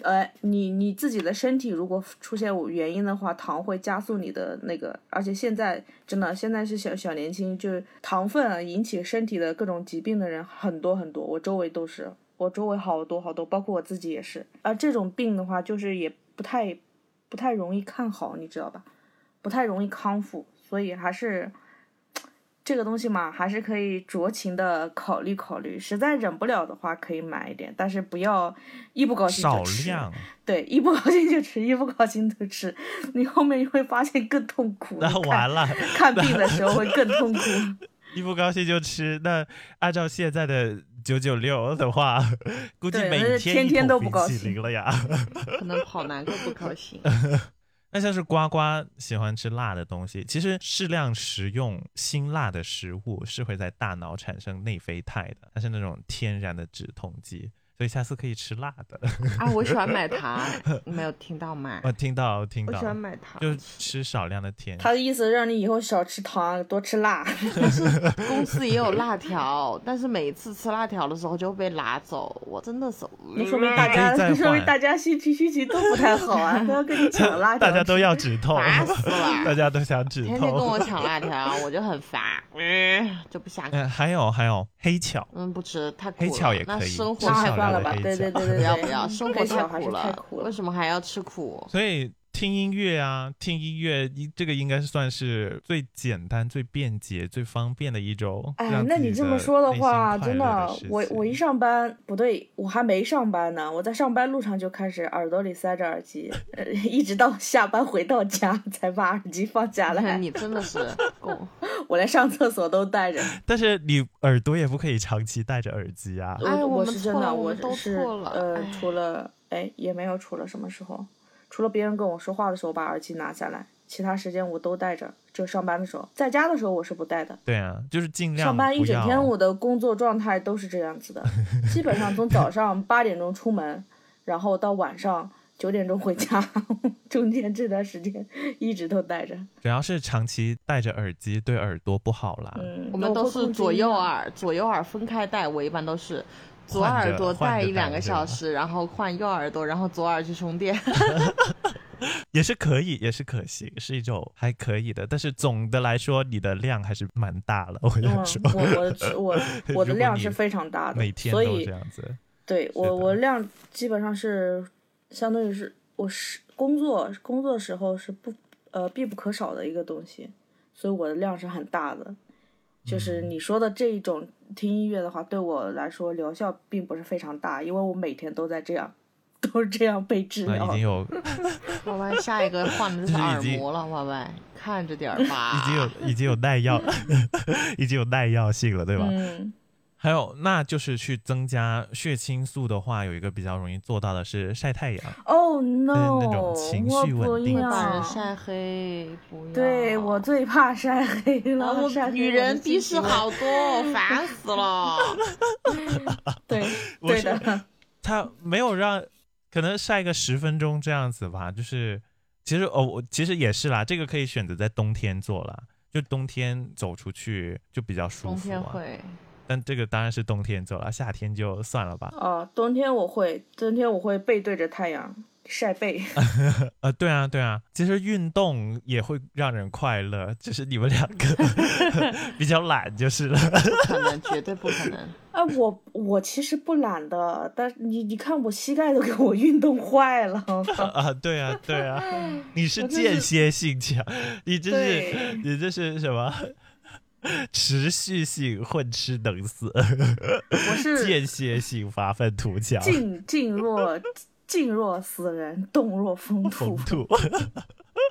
Speaker 2: 呃，你你自己的身体如果出现原因的话，糖会加速你的那个，而且现在真的现在是小小年轻，就是糖分啊引起身体的各种疾病的人很多很多，我周围都是，我周围好多好多，包括我自己也是。而这种病的话，就是也不太不太容易看好，你知道吧？不太容易康复，所以还是。这个东西嘛，还是可以酌情的考虑考虑，实在忍不了的话可以买一点，但是不要一不高兴
Speaker 1: 少
Speaker 2: 就吃。
Speaker 1: 量，
Speaker 2: 对，一不高兴就吃，一不高兴就吃，你后面会发现更痛苦。
Speaker 1: 那
Speaker 2: 你看
Speaker 1: 完了，
Speaker 2: 看病的时候会更痛苦。
Speaker 1: 一不高兴就吃。那按照现在的九九六的话，估计
Speaker 2: 对
Speaker 1: 每
Speaker 2: 那是天
Speaker 1: 一
Speaker 2: 天
Speaker 1: 桶
Speaker 2: 都不
Speaker 1: 冰
Speaker 2: 高
Speaker 1: 淇淋
Speaker 2: 兴
Speaker 1: 了呀。
Speaker 3: 可能跑男够不 高兴。
Speaker 1: 那像是呱呱喜欢吃辣的东西，其实适量食用辛辣的食物是会在大脑产生内啡肽的，它是那种天然的止痛剂，所以下次可以吃辣的。
Speaker 3: 啊，我喜欢买糖，你没有听到吗？
Speaker 1: 我听到，我哦听
Speaker 3: 我
Speaker 1: 到
Speaker 3: 喜，欢买糖，
Speaker 1: 就是吃少量的甜。
Speaker 2: 他的意思让你以后少吃糖，啊多吃辣。
Speaker 1: 嗯
Speaker 3: 公司也有辣条，但是每次吃辣条的时候就被拿走，我真的是。
Speaker 2: 那说明大家
Speaker 1: 你可以再，换
Speaker 2: 说明大家心情心情都不太好啊，都要跟你 抢辣条。
Speaker 1: 大家都要止痛
Speaker 3: 烦死，了
Speaker 1: 大家都想止
Speaker 3: 天天跟我
Speaker 1: 痛。
Speaker 3: 抢辣条，我就很烦，嗯，就不想，
Speaker 1: 嗯，还有还有黑巧，
Speaker 3: 嗯，不吃太苦了。
Speaker 1: 黑巧也
Speaker 3: 那
Speaker 1: 可以，
Speaker 3: 生活
Speaker 1: 吃
Speaker 2: 那
Speaker 3: 太
Speaker 2: 还
Speaker 1: 少
Speaker 2: 算
Speaker 3: 苦
Speaker 1: 量
Speaker 2: 了
Speaker 1: 的
Speaker 2: 吧
Speaker 1: 黑
Speaker 2: 对
Speaker 1: 巧
Speaker 2: 对对对
Speaker 3: 不要不要，生活
Speaker 2: 黑巧还
Speaker 3: 苦
Speaker 2: 是
Speaker 3: 了，
Speaker 2: 太苦了
Speaker 3: 为什么还要吃苦？
Speaker 1: 所以听音乐啊，听音乐，一这个应该是算是最简单、最便捷、最方便的一种。
Speaker 2: 哎
Speaker 1: 让，
Speaker 2: 那
Speaker 1: 自己
Speaker 2: 你这
Speaker 1: 的
Speaker 2: 么说的
Speaker 1: 内心
Speaker 2: 话，
Speaker 1: 快
Speaker 2: 真
Speaker 1: 乐的
Speaker 2: 的
Speaker 1: 事，
Speaker 2: 我
Speaker 1: 情
Speaker 2: 我一上班不对，我还没上班呢，我在上班路上就开始耳朵里塞着耳机，呃，一直到下班回到家 才把耳机放下 来，
Speaker 3: 你真 的是够。
Speaker 2: 我连上厕所都带着。
Speaker 1: 但是你耳朵也不可以长期戴着耳机啊。
Speaker 3: 哎
Speaker 2: 我
Speaker 3: 我们
Speaker 2: 是真
Speaker 3: 错
Speaker 2: 的，
Speaker 3: 了我
Speaker 2: 我
Speaker 3: 们都
Speaker 2: 是
Speaker 3: 错了
Speaker 2: 呃
Speaker 3: 哎，
Speaker 2: 除了哎也没有除了什么时候，除了别人跟我说话的时候把耳机拿下来，其他时间我都戴着，只有上班的时候，在家的时候我是不戴的。
Speaker 1: 对啊，就是尽量
Speaker 2: 上班一
Speaker 1: 不
Speaker 2: 整
Speaker 1: 要啊
Speaker 2: 天，我的工作状态都是这样子的，基本上从早上八点钟出门，然后到晚上九点钟回家，中间这段时间一直都戴着。
Speaker 1: 主要是长期戴着耳机对耳朵不好啦。
Speaker 2: 嗯，
Speaker 3: 我们
Speaker 2: 会
Speaker 3: 都
Speaker 2: 控
Speaker 3: 是
Speaker 2: 制
Speaker 3: 左
Speaker 2: 音
Speaker 3: 右
Speaker 2: 量。
Speaker 3: 耳，左右耳分开戴。我一般都是左
Speaker 1: 换着
Speaker 3: 耳朵
Speaker 1: 换
Speaker 3: 戴
Speaker 1: 着
Speaker 3: 一两
Speaker 1: 戴
Speaker 3: 个
Speaker 1: 对
Speaker 3: 小
Speaker 1: 吧
Speaker 3: 时，然后换右耳朵，然后左耳去充电。
Speaker 1: 也是可以，也是可行，是一种还可以的。但是总的来说，你的量还是蛮大了。我想
Speaker 2: 嗯
Speaker 1: 说，，
Speaker 2: 我我的我我的
Speaker 1: 如果
Speaker 2: 量
Speaker 1: 你
Speaker 2: 是非常大的，
Speaker 1: 每天
Speaker 2: 所
Speaker 1: 都
Speaker 2: 以
Speaker 1: 这样子。
Speaker 2: 对
Speaker 1: 的
Speaker 2: 我我量基本上是相当于是我是工作工作时候是不呃必不可少的一个东西，所以我的量是很大的。就是
Speaker 1: 嗯
Speaker 2: 你说的这一种听音乐的话，对我来说疗效并不是非常大，因为我每天都在这样， 都是这样被治
Speaker 1: 那
Speaker 2: 疗
Speaker 1: 啊已。经有
Speaker 3: 歪歪下一个换的
Speaker 1: 就是是已
Speaker 3: 耳
Speaker 1: 经
Speaker 3: 膜了，歪歪看着点儿吧。
Speaker 1: 已经 有已经有耐 药，已经有耐药性了，对吧？
Speaker 2: 嗯，
Speaker 1: 还有，那就是去增加血清素的话，有一个比较容易做到的是晒太阳。
Speaker 2: 哦、no，
Speaker 1: 那种情
Speaker 2: 我
Speaker 1: 绪稳
Speaker 2: 不
Speaker 1: 定
Speaker 2: 一
Speaker 1: 剂
Speaker 3: 会把
Speaker 2: 样
Speaker 3: 人。晒黑，不要。
Speaker 2: 啊对我最怕晒黑 了，
Speaker 3: 啊，我
Speaker 2: 晒黑
Speaker 3: 女
Speaker 2: 我的
Speaker 3: 人
Speaker 2: 心
Speaker 3: 逼视
Speaker 2: 情
Speaker 3: 好 多，烦死了。
Speaker 2: 对
Speaker 1: 我
Speaker 2: 对
Speaker 1: 是
Speaker 2: 的。
Speaker 1: 它没有让，可能晒个十分钟这样子吧。就是其实哦，我其实也是啦，这个可以选择在冬天做啦，就冬天走出去就比较舒
Speaker 3: 冬
Speaker 1: 服
Speaker 3: 天
Speaker 1: 啊。
Speaker 3: 会，
Speaker 1: 但这个当然是冬天做了，夏天就算了吧。
Speaker 2: 哦，冬天我会，冬天我会背对着太阳晒背。
Speaker 1: 呃，对啊，对啊，其实运动也会让人快乐，只是你们两 个比较懒就是了。
Speaker 3: 不可能，绝对不可能。
Speaker 2: 哎，我我其实不懒的，但是你你看我膝盖都给我运动坏了。
Speaker 1: 啊，对啊，对 啊，你是
Speaker 2: 我真
Speaker 1: 间
Speaker 2: 是
Speaker 1: 歇性强，你这是
Speaker 2: 对
Speaker 1: 你这是什么？持续性混吃等死，
Speaker 2: 我是
Speaker 1: 间歇性发愤图强，
Speaker 2: 静静若静若死人，动若风
Speaker 1: 红
Speaker 2: 土。
Speaker 1: 土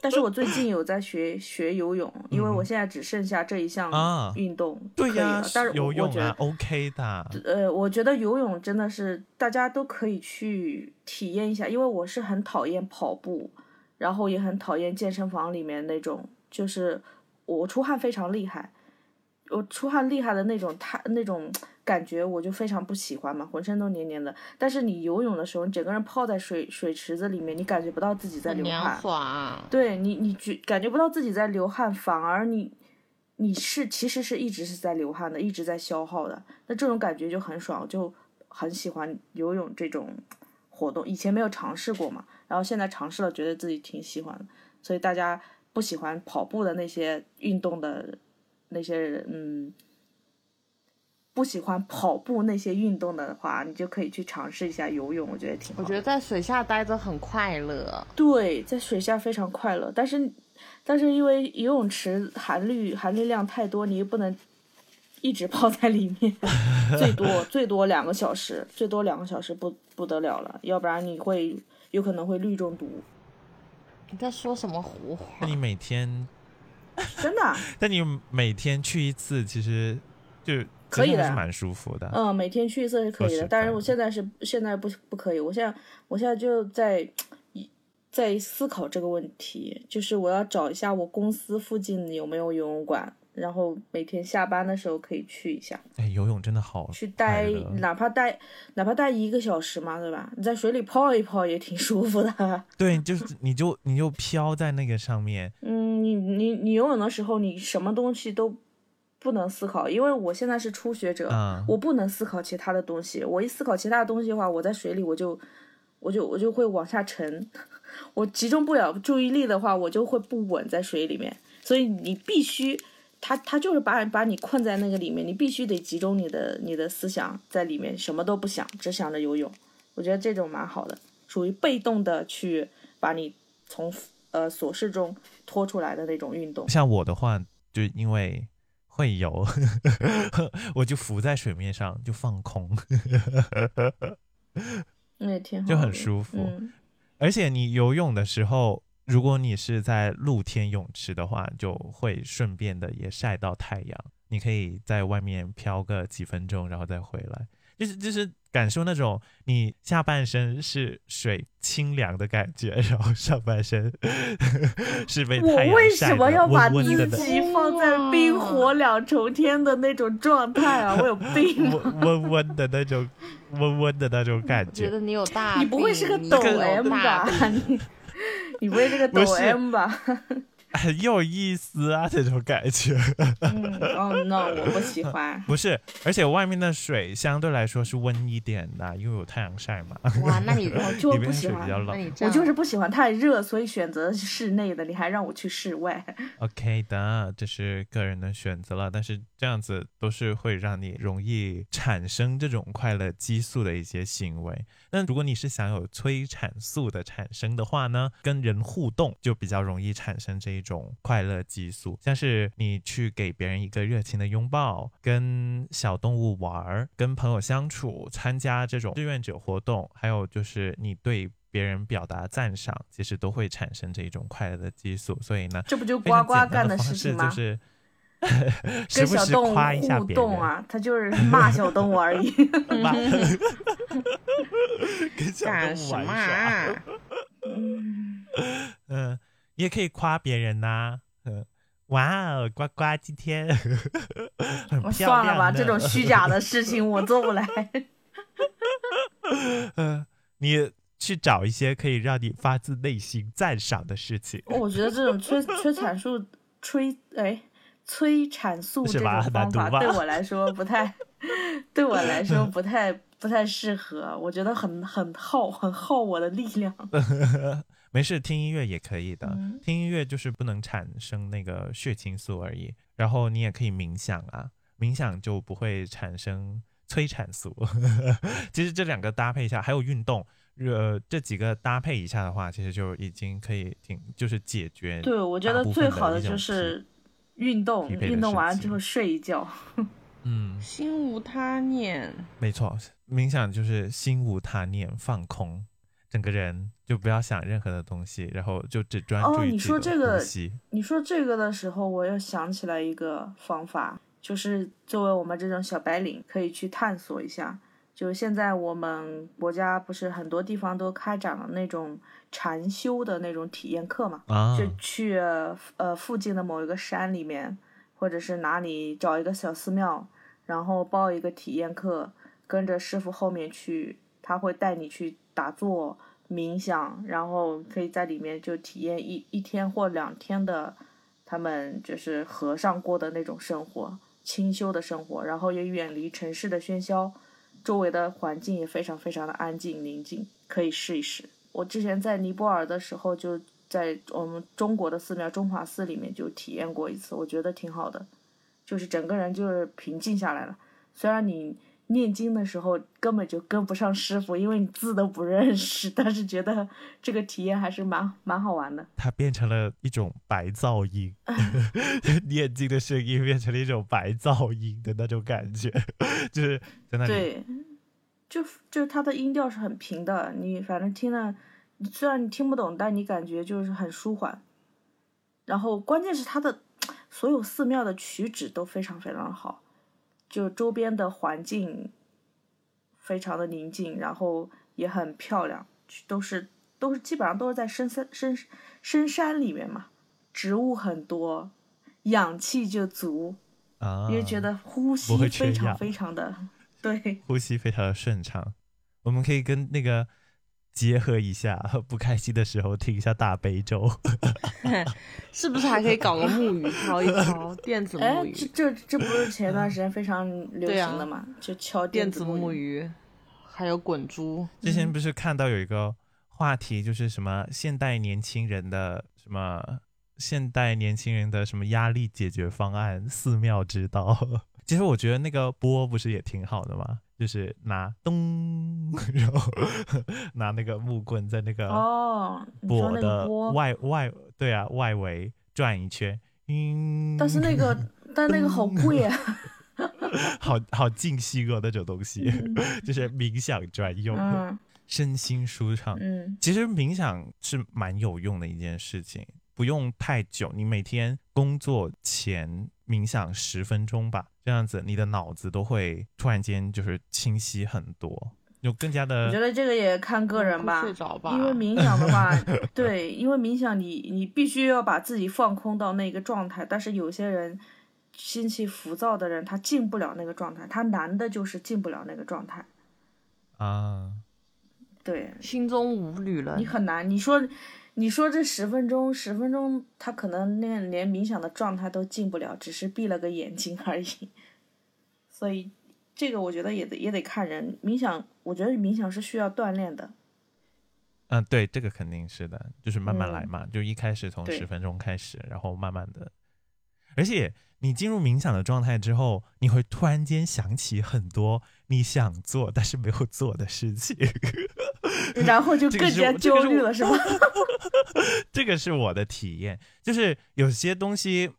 Speaker 2: 但是我最近有在学学游泳，因为我现在只剩下这一项
Speaker 1: 嗯啊
Speaker 2: 运动可
Speaker 1: 对
Speaker 2: 以
Speaker 1: 呀
Speaker 2: 了。但是，我
Speaker 1: 游
Speaker 2: 我
Speaker 1: 泳
Speaker 2: 觉
Speaker 1: 啊
Speaker 2: 得。
Speaker 1: ，OK 的，
Speaker 2: 呃，我觉得游泳真的是大家都可以去体验一下，因为我是很讨厌跑步，然后也很讨厌健身房里面那种，就是我出汗非常厉害，我出汗厉害的那种太那种感觉，我就非常不喜欢嘛，浑身都黏黏的。但是你游泳的时候，你整个人泡在水水池子里面，你感觉不到自己 在
Speaker 3: 很
Speaker 2: 流汗
Speaker 3: 凉，爽。
Speaker 2: 对你，你觉感觉不到自己在流汗，反而你你是其实是一直是在流汗的，一直在消耗的。那这种感觉就很爽，我就很喜欢游泳这种活动。以前没有尝试过嘛，然后现在尝试了，觉得自己挺喜欢的。所以大家不喜欢跑步的那些运动的那些人，嗯。不喜欢跑步那些运动的话，你就可以去尝试一下游泳，我觉得挺好
Speaker 3: 我
Speaker 2: 的。
Speaker 3: 觉得在水下待着很快乐，
Speaker 2: 对，在水下非常快乐，但是但是因为游泳池含氯含氯量太多，你又不能一直泡在里面，最多最多两个小时，最多两个小时不不得了了，要不然你会有可能会氯中毒，
Speaker 3: 你在说什么胡话
Speaker 1: 那？你每天，
Speaker 2: 真的啊
Speaker 1: 那你每天去一次，其实就
Speaker 2: 可以
Speaker 1: 其实还
Speaker 2: 的
Speaker 1: 是蛮舒服的。
Speaker 2: 嗯，每天去一次是可
Speaker 1: 说
Speaker 2: 以的，
Speaker 1: 实
Speaker 2: 当
Speaker 1: 在
Speaker 2: 然我
Speaker 1: 的
Speaker 2: 现在是现在不不可以，我现在我现在就在在思考这个问题，就是我要找一下我公司附近有没有游泳馆，然后每天下班的时候可以去一下，
Speaker 1: 哎，游泳真的啊好
Speaker 2: 去
Speaker 1: 快
Speaker 2: 待
Speaker 1: 乐
Speaker 2: 哪怕待哪怕待一个小时嘛，对吧？你在水里泡一泡也挺舒服的。
Speaker 1: 对，就是你就你就飘在那个上面，
Speaker 2: 嗯，你你你游泳的时候，你什么东西都不能思考，因为我现在是初学者，
Speaker 1: 嗯
Speaker 2: 我不能思考其他的东西。我一思考其他的东西的话，我在水里我就我就我就会往下沉， 我集中不了注意力的话，我就会不稳在水里面。所以你必须，他他就是把把你困在那个里面，你必须得集中你的你的思想在里面，什么都不想，只想着游泳。我觉得这种蛮好的，属于被动的去把你从呃琐事中拖出来的那种运动。
Speaker 1: 像我的话，就因为会游， 我就浮在水面上就放空，
Speaker 2: 那也挺好的，
Speaker 1: 就很舒服
Speaker 2: 嗯，
Speaker 1: 而且你游泳的时候，如果你是在露天泳池的话，就会顺便的也晒到太阳。你可以在外面漂个几分钟，然后再回来，就是就是感受那种你下半身是水清凉的感觉，然后上半身 是被
Speaker 2: 我
Speaker 1: 太阳
Speaker 2: 为
Speaker 1: 晒
Speaker 2: 什么
Speaker 1: 得
Speaker 2: 要把
Speaker 1: 温温
Speaker 2: 自
Speaker 1: 的的
Speaker 2: 己放在冰火两重天的那种状态啊？我有 病吗？
Speaker 1: 温温温的那种温温的那种感
Speaker 3: 觉
Speaker 1: 觉。
Speaker 3: 得你有大
Speaker 2: 你
Speaker 3: 病，
Speaker 2: 不会是个
Speaker 3: 你
Speaker 2: 抖
Speaker 3: 有
Speaker 2: M
Speaker 3: 大
Speaker 2: 吧
Speaker 3: 病？
Speaker 2: 你你不会是个 抖
Speaker 1: 不是
Speaker 2: M 吧？
Speaker 1: 很有意思啊，这种感觉。
Speaker 2: 嗯，哦 no，我不喜欢。
Speaker 1: 不是，而且外面的水相对来说是温一点的，因为有太阳晒嘛，
Speaker 3: 哇，那你 哦
Speaker 2: 我就
Speaker 1: 里
Speaker 2: 不
Speaker 1: 面
Speaker 2: 喜
Speaker 1: 水比
Speaker 2: 欢
Speaker 1: 较，
Speaker 3: 那
Speaker 1: 冷。
Speaker 3: 你这
Speaker 2: 我
Speaker 3: 样
Speaker 2: 就是不喜欢太热，所以选择室内的。你还让我去室外，
Speaker 1: OK 的，这是个人的选择了，但是这样子都是会让你容易产生这种快乐激素的一些行为。那如果你是想有催产素的产生的话呢，跟人互动就比较容易产生这一种快乐激素，像是你去给别人一个热情的拥抱，跟小动物玩儿，跟朋友相处，参加这种志愿者活动，还有就是你对。别人表达赞赏，其实都会产生这一种快乐的激素，所以呢，
Speaker 2: 这不就
Speaker 1: 非
Speaker 2: 呱
Speaker 1: 常
Speaker 2: 呱
Speaker 1: 简单
Speaker 2: 干
Speaker 1: 的
Speaker 2: 事
Speaker 1: 方
Speaker 2: 情
Speaker 1: 式
Speaker 2: 吗？
Speaker 1: 就是。时
Speaker 2: 跟
Speaker 1: 不
Speaker 2: 小
Speaker 1: 时
Speaker 2: 动物
Speaker 1: 夸一下
Speaker 2: 互
Speaker 1: 别人
Speaker 2: 动，啊，他就是骂小动 物而已。
Speaker 1: 骂跟小动
Speaker 3: 干
Speaker 1: 物
Speaker 3: 什
Speaker 1: 玩
Speaker 3: 么
Speaker 1: 耍，
Speaker 3: 啊？
Speaker 2: 嗯，
Speaker 1: 嗯，也可以夸别人呐、嗯，哇哦，呱呱今天 很漂
Speaker 2: 我
Speaker 1: 亮
Speaker 2: 算了吧，
Speaker 1: 呢
Speaker 2: 这种虚假的事情我做不来。
Speaker 1: 嗯， 你去找一些可以让你发自内心赞赏的事情，
Speaker 2: 我觉得这种催催产素催哎催产素
Speaker 1: 是
Speaker 2: 这
Speaker 1: 吧
Speaker 2: 种方
Speaker 1: 很难
Speaker 2: 法
Speaker 1: 读吧
Speaker 2: 对我来说不 太，对我来说不太不太适合。我觉得很很耗很耗我的力量。
Speaker 1: 没事，听音乐也可以的。
Speaker 2: 嗯
Speaker 1: 听音乐就是不能产生那个血清素而已。然后你也可以冥想啊，冥想就不会产生催产素。 其实这两个搭配一下，还有运动，呃，这几个搭配一下的话，其实就已经可以挺就是解决。
Speaker 2: 对，我觉得最好的就是运动，
Speaker 1: 疲惫的
Speaker 2: 运动完了
Speaker 1: 事情
Speaker 2: 之后睡一觉。
Speaker 1: 嗯，
Speaker 3: 心无他念，
Speaker 1: 没错，冥想就是心无他念，放空，整个人就不要想任何的东西，然后就只专注
Speaker 2: 哦
Speaker 1: 于
Speaker 2: 你
Speaker 1: 自己
Speaker 2: 说
Speaker 1: 的
Speaker 2: 这个
Speaker 1: 呼吸
Speaker 2: 你说这个的时候，我又想起来一个方法，就是作为我们这种小白领，可以去探索一下。就现在我们国家不是很多地方都开展了那种禅修的那种体验课嘛？
Speaker 1: 啊
Speaker 2: 就，去呃附近的某一个山里面，或者是哪里找一个小寺庙，然后报一个体验课，跟着师傅后面去，他会带你去打坐、冥想，然后可以在里面就体验一一天或两天的他们就是和尚过的那种生活，清修的生活，然后也远离城市的喧嚣，周围的环境也非常非常的安静宁静，可以试一试。我之前在尼泊尔的时候，就在我们中国的寺庙中华寺里面就体验过一次，我觉得挺好的，就是整个人就是平静下来了。虽然你念经的时候根本就跟不上师傅，因为你字都不认识， 但是觉得这个体验还是蛮蛮好玩的。
Speaker 1: 它变成了一种白噪音，
Speaker 2: 啊
Speaker 1: 念经的声音变成了一种白噪音的那种感觉， 就是在那里
Speaker 2: 对，就就是它的音调是很平的，你反正听了，虽然你听不懂，但你感觉就是很舒缓。然后关键是它的所有寺庙的取址都非常非常好，就周边的环境非常的宁静，然后也很漂亮，都是都是基本上都是在深山深深山里面嘛，植物很多，氧气就足，
Speaker 1: 啊，
Speaker 2: 因为觉得呼吸
Speaker 1: 不会缺
Speaker 2: 非常
Speaker 1: 氧
Speaker 2: 非常 的对。
Speaker 1: 呼吸非常的顺畅。我们可以跟那个结合一下， 不开心的时候听一下大悲咒。
Speaker 3: 是不是还可以搞个木鱼敲一敲，电子木
Speaker 2: 哎，这
Speaker 3: 鱼，
Speaker 2: 这这不是前段时间非常流
Speaker 3: 对啊
Speaker 2: 行的嘛？就敲
Speaker 3: 电
Speaker 2: 子
Speaker 3: 子木
Speaker 2: 鱼，
Speaker 3: 鱼，还有滚珠，
Speaker 1: 之前不是看到有一个话题，就是什么现代年轻人的什么现代年轻人的什么压力解决方案，寺庙之道。 其实我觉得那个钵不是也挺好的吗？就是拿咚， 然后拿那个木棍在那个
Speaker 2: 哦，你说
Speaker 1: 钵
Speaker 2: 那
Speaker 1: 的
Speaker 2: 个钵，
Speaker 1: 外外对啊外围转一圈，嗯，
Speaker 2: 但是那个但那个好贵啊，
Speaker 1: 好好静心哦那种东西， 就是冥想专用，
Speaker 2: 嗯
Speaker 1: 身心舒畅。
Speaker 2: 嗯
Speaker 1: 其实冥想是蛮有用的一件事情，不用太久，你每天工作前冥想十分钟吧，这样子你的脑子都会突然间就是清晰很多，就更加
Speaker 2: 我觉
Speaker 1: 的
Speaker 2: 得这个也看个人吧
Speaker 3: 快睡，着嗯吧，
Speaker 2: 因为冥想的话， 对，因为冥想你你必须要把自己放空到那个状态，但是有些人心情浮躁的人，他进不了那个状态，他难的就是进不了那个状态，
Speaker 1: 啊，
Speaker 2: 对，
Speaker 3: 心中无旅了
Speaker 2: 你，很难。你说，你说这十分钟，十分钟，他可能那个连冥想的状态都进不了，只是闭了个眼睛而已。所以，这个我觉得也得也得看人。冥想，我觉得冥想是需要锻炼的。
Speaker 1: 嗯，对，这个肯定是的，就是慢慢来
Speaker 2: 嗯
Speaker 1: 嘛，就一开始从
Speaker 2: 对
Speaker 1: 十分钟开始，然后慢慢的，而且你进入冥想的状态之后，你会突然间想起很多你想做但是没有做的事情，
Speaker 2: 然后就
Speaker 1: 这个
Speaker 2: 更
Speaker 1: 是
Speaker 2: 加
Speaker 1: 我这个
Speaker 2: 焦
Speaker 1: 是
Speaker 2: 虑
Speaker 1: 我
Speaker 2: 了，是吧？
Speaker 1: 这个是我的体验，就是有些东西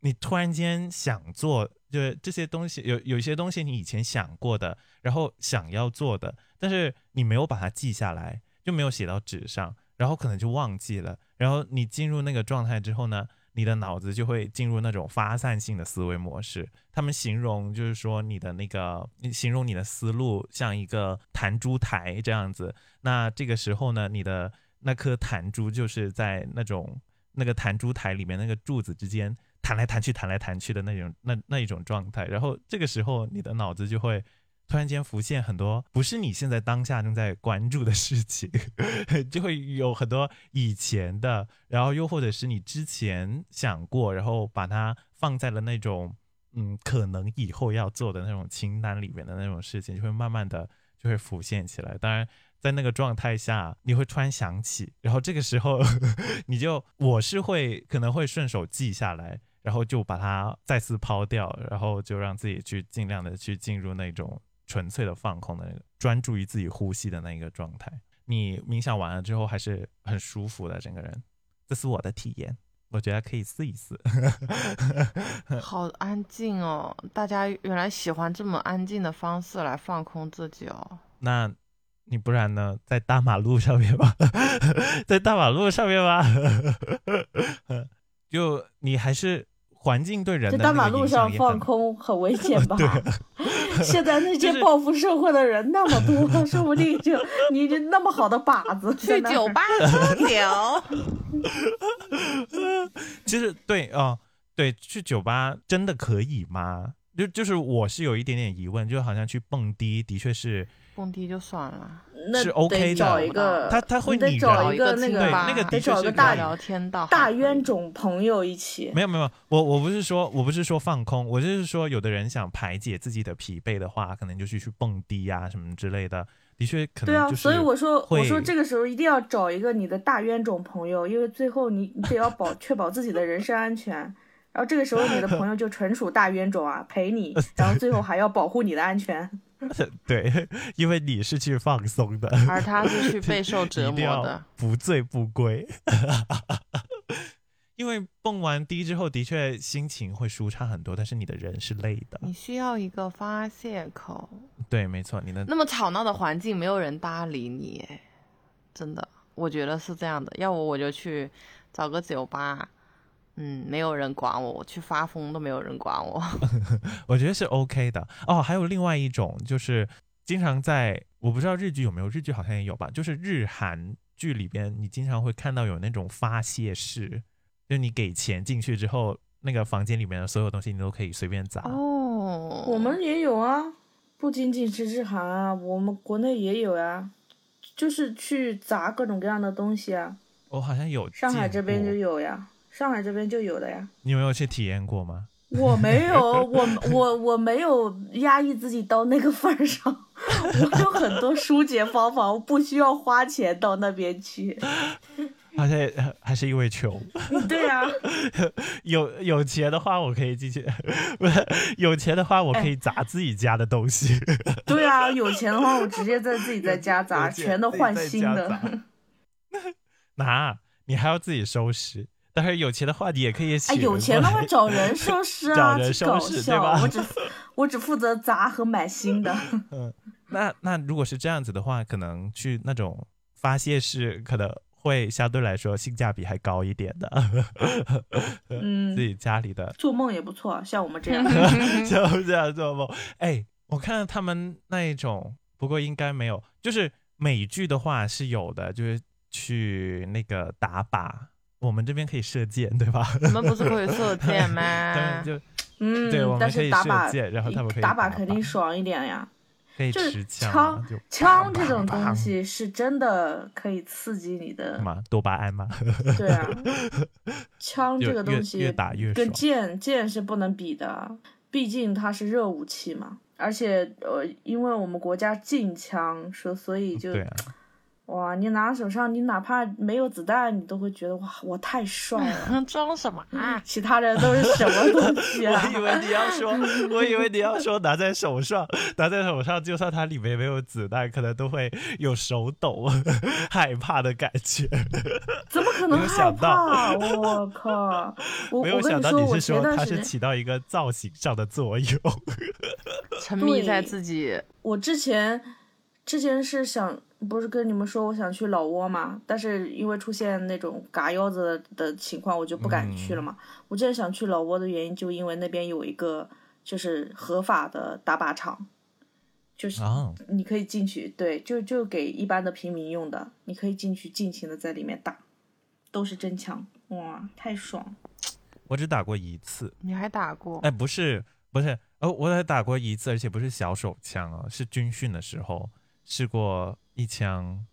Speaker 1: 你突然间想做，就是这些东西有有些东西你以前想过的，然后想要做的，但是你没有把它记下来，就没有写到纸上，然后可能就忘记了。然后你进入那个状态之后呢，你的脑子就会进入那种发散性的思维模式。他们形容就是说你的那个，你形容你的思路像一个弹珠台这样子。那这个时候呢，你的那颗弹珠就是在那种那个弹珠台里面那个柱子之间弹来弹去、弹来弹去的那种那那一种状态。然后这个时候你的脑子就会。突然间浮现很多不是你现在当下正在关注的事情， 就会有很多以前的，然后又或者是你之前想过，然后把它放在了那种嗯可能以后要做的那种清单里面的那种事情，就会慢慢的就会浮现起来。当然，在那个状态下，你会突然想起，然后这个时候 你就我是会可能会顺手记下来，然后就把它再次抛掉，然后就让自己去尽量的去进入那种纯粹的放空的那个专注于自己呼吸的那一个状态。你冥想完了之后还是很舒服的，整个人，这是我的体验，我觉得可以试一试。
Speaker 3: 好安静哦，大家原来喜欢这么安静的方式来放空自己哦。
Speaker 1: 那你不然呢？在大马路上面吧， 在大马路上面吧，就你还是环境对人
Speaker 2: 在
Speaker 1: 的
Speaker 2: 大
Speaker 1: 那
Speaker 2: 马
Speaker 1: 个
Speaker 2: 路
Speaker 1: 影
Speaker 2: 上
Speaker 1: 响也
Speaker 2: 放
Speaker 1: 很
Speaker 2: 空很危险吧
Speaker 1: 对啊？
Speaker 2: 现在那
Speaker 1: 就
Speaker 2: 些
Speaker 1: 是
Speaker 2: 报复社会的人那么多，说不定就你这那么好的靶子，
Speaker 3: 去酒吧喝 酒，
Speaker 1: 其实对哦、对，去酒吧真的可以吗？就就是我是有一点点疑问，就好像去蹦迪的确是
Speaker 3: 蹦迪就算了，
Speaker 2: 那
Speaker 1: 是 OK
Speaker 2: 得
Speaker 1: 的
Speaker 2: 找一个，
Speaker 1: 他他会
Speaker 2: 你得
Speaker 1: 拟
Speaker 2: 找
Speaker 1: 人
Speaker 2: 一个那
Speaker 3: 清
Speaker 2: 个
Speaker 1: 对
Speaker 3: 吧
Speaker 1: 那个
Speaker 2: 得
Speaker 1: 的确
Speaker 2: 找
Speaker 1: 是
Speaker 2: 个
Speaker 1: 可
Speaker 2: 大
Speaker 1: 以
Speaker 3: 聊天道
Speaker 2: 大 冤种朋友一起。
Speaker 1: 没有没有，我我不是说我不是说放空，我就是说有的人想排解自己的疲惫的话，可能就去去蹦迪啊什么之类的，的确可能
Speaker 2: 对啊，
Speaker 1: 就是
Speaker 2: 所以我说我
Speaker 1: 会
Speaker 2: 说这个时候一定要找一个你的大冤种朋友，因为最后你你得要保确保自己的人身安全。然后这个时候你的朋友就纯属大冤种啊，陪 你，然后最后还要保护你的安全。
Speaker 1: 对， 因为你是去放松的，
Speaker 3: 而他是 去 备受折
Speaker 1: 一定
Speaker 3: 磨
Speaker 1: 要
Speaker 3: 的。
Speaker 1: 不醉不归。 因为蹦完迪之后，的确心情会舒畅很多，但是你的人是累的。
Speaker 3: 你需要一个发泄口。
Speaker 1: 对，没错，你的
Speaker 3: 那么吵闹的环境，没有人搭理你，哎真的，我觉得是这样的。要我我就去找个酒吧，嗯，没有人管我，我去发疯都没有人管我。
Speaker 1: 我觉得是 OK 的哦。还有另外一种就是，经常在我不知道日剧有没有，日剧好像也有吧，就是日韩剧里边，你经常会看到有那种发泄室，就是你给钱进去之后，那个房间里面的所有东西你都可以随便砸。
Speaker 3: 哦，
Speaker 2: 我们也有啊，不仅仅是日韩啊，我们国内也有呀、就是去砸各种各样的东西啊。
Speaker 1: 我好像有
Speaker 2: 上海
Speaker 1: 见
Speaker 2: 这边
Speaker 1: 过
Speaker 2: 就，有呀，上海这边就有的呀。
Speaker 1: 你有没有去体验过吗？
Speaker 2: 我没有，我我我没有压抑自己到那个份儿上，我有很多疏解方法，我不需要花钱到那边去。
Speaker 1: 好像也还是因为穷，
Speaker 2: 对啊呀、
Speaker 1: 有有钱的话我可以进去，不是有钱的话我可以砸自己家的东西，
Speaker 2: 对呀、有钱的话我直接在自 己在家砸，
Speaker 1: 有钱
Speaker 2: 全都换
Speaker 1: 自己
Speaker 2: 新
Speaker 1: 在家
Speaker 2: 的。
Speaker 1: 砸。拿，你还要自己收拾。但是有钱的话，你也可以
Speaker 2: 哎，
Speaker 1: 请人过
Speaker 2: 有
Speaker 1: 来。
Speaker 2: 钱的话找 人收拾
Speaker 1: 找
Speaker 2: 啊，
Speaker 1: 人
Speaker 2: 去
Speaker 1: 收
Speaker 2: 搞
Speaker 1: 拾对
Speaker 2: 笑。
Speaker 1: 吧
Speaker 2: 我只我只负责砸和买新的。
Speaker 1: 那那如果是这样子的话，可能去那种发泄室，可能会相对来说性价比还高一点的。
Speaker 2: 嗯
Speaker 1: 自己家里的
Speaker 2: 做梦也不错，像我们 这样。
Speaker 1: 就这样做梦。哎，我看到他们那一种，不过应该没有。就是美剧的话是有的，就是去那个打靶，我们这边可以射箭，对吧？
Speaker 3: 你们不是可以射箭
Speaker 1: 他们
Speaker 3: 吗？
Speaker 1: 就
Speaker 2: 嗯，
Speaker 1: 对我们
Speaker 2: 但
Speaker 1: 可以
Speaker 2: 是打
Speaker 1: 射
Speaker 2: 靶，
Speaker 1: 箭然后他们可以
Speaker 2: 打
Speaker 1: 打
Speaker 2: 靶
Speaker 1: 靶
Speaker 2: 肯定爽一点呀。
Speaker 1: 可以
Speaker 2: 就
Speaker 1: 持
Speaker 2: 是
Speaker 1: 枪啊，
Speaker 2: 枪
Speaker 1: 就砰
Speaker 2: 枪这
Speaker 1: 砰
Speaker 2: 种东
Speaker 1: 砰
Speaker 2: 西是真的可以刺激你的
Speaker 1: 什，么多巴胺吗？
Speaker 2: 对 啊，枪
Speaker 1: 越
Speaker 2: 这个
Speaker 1: 越
Speaker 2: 东西
Speaker 1: 越打越
Speaker 2: 跟
Speaker 1: 爽
Speaker 2: 剑剑是不能比的，毕竟它是热武器嘛。而且呃，因为我们国家禁枪，说所以就
Speaker 1: 对啊，
Speaker 2: 哇，你拿手上，你哪怕没有子弹，你都会觉得哇，我太帅了。
Speaker 3: 装什么 啊？
Speaker 2: 其他人都是什么东西啊？
Speaker 1: 我以为你要说，我以为你要说拿在手上，拿在手上，就算它里面没有子弹，可能都会有手抖、 害怕的感觉。
Speaker 2: 怎么可能
Speaker 1: 没有
Speaker 2: 害
Speaker 1: 想到
Speaker 2: 怕？啊我 靠！我
Speaker 1: 没
Speaker 2: 我
Speaker 1: 有
Speaker 2: 跟
Speaker 1: 想
Speaker 2: 你
Speaker 1: 到
Speaker 2: 说，我
Speaker 1: 是
Speaker 2: 前
Speaker 1: 说
Speaker 2: 段
Speaker 1: 它
Speaker 2: 时
Speaker 1: 是
Speaker 2: 间
Speaker 1: 起到一个造型上的作用。
Speaker 3: 沉迷
Speaker 2: 对
Speaker 3: 在自己
Speaker 2: 我之前之前是想，不是跟你们说我想去老挝嘛，但是因为出现那种嘎腰子的情况，我就不
Speaker 1: 嗯
Speaker 2: 敢去了嘛。我之前想去老挝的原因，就因为那边有一个就是合法的打靶场，就是
Speaker 1: 啊，
Speaker 2: 你可以进去，对，就就给一般的平民用的，你可以进去尽情的在里面打，都是真枪，哇，太爽！
Speaker 1: 我只打过一次，
Speaker 3: 你还打过？
Speaker 1: 哎，不是，不是，哦，我才打过一次，而且不是小手枪哦，是军训的时候试过一枪，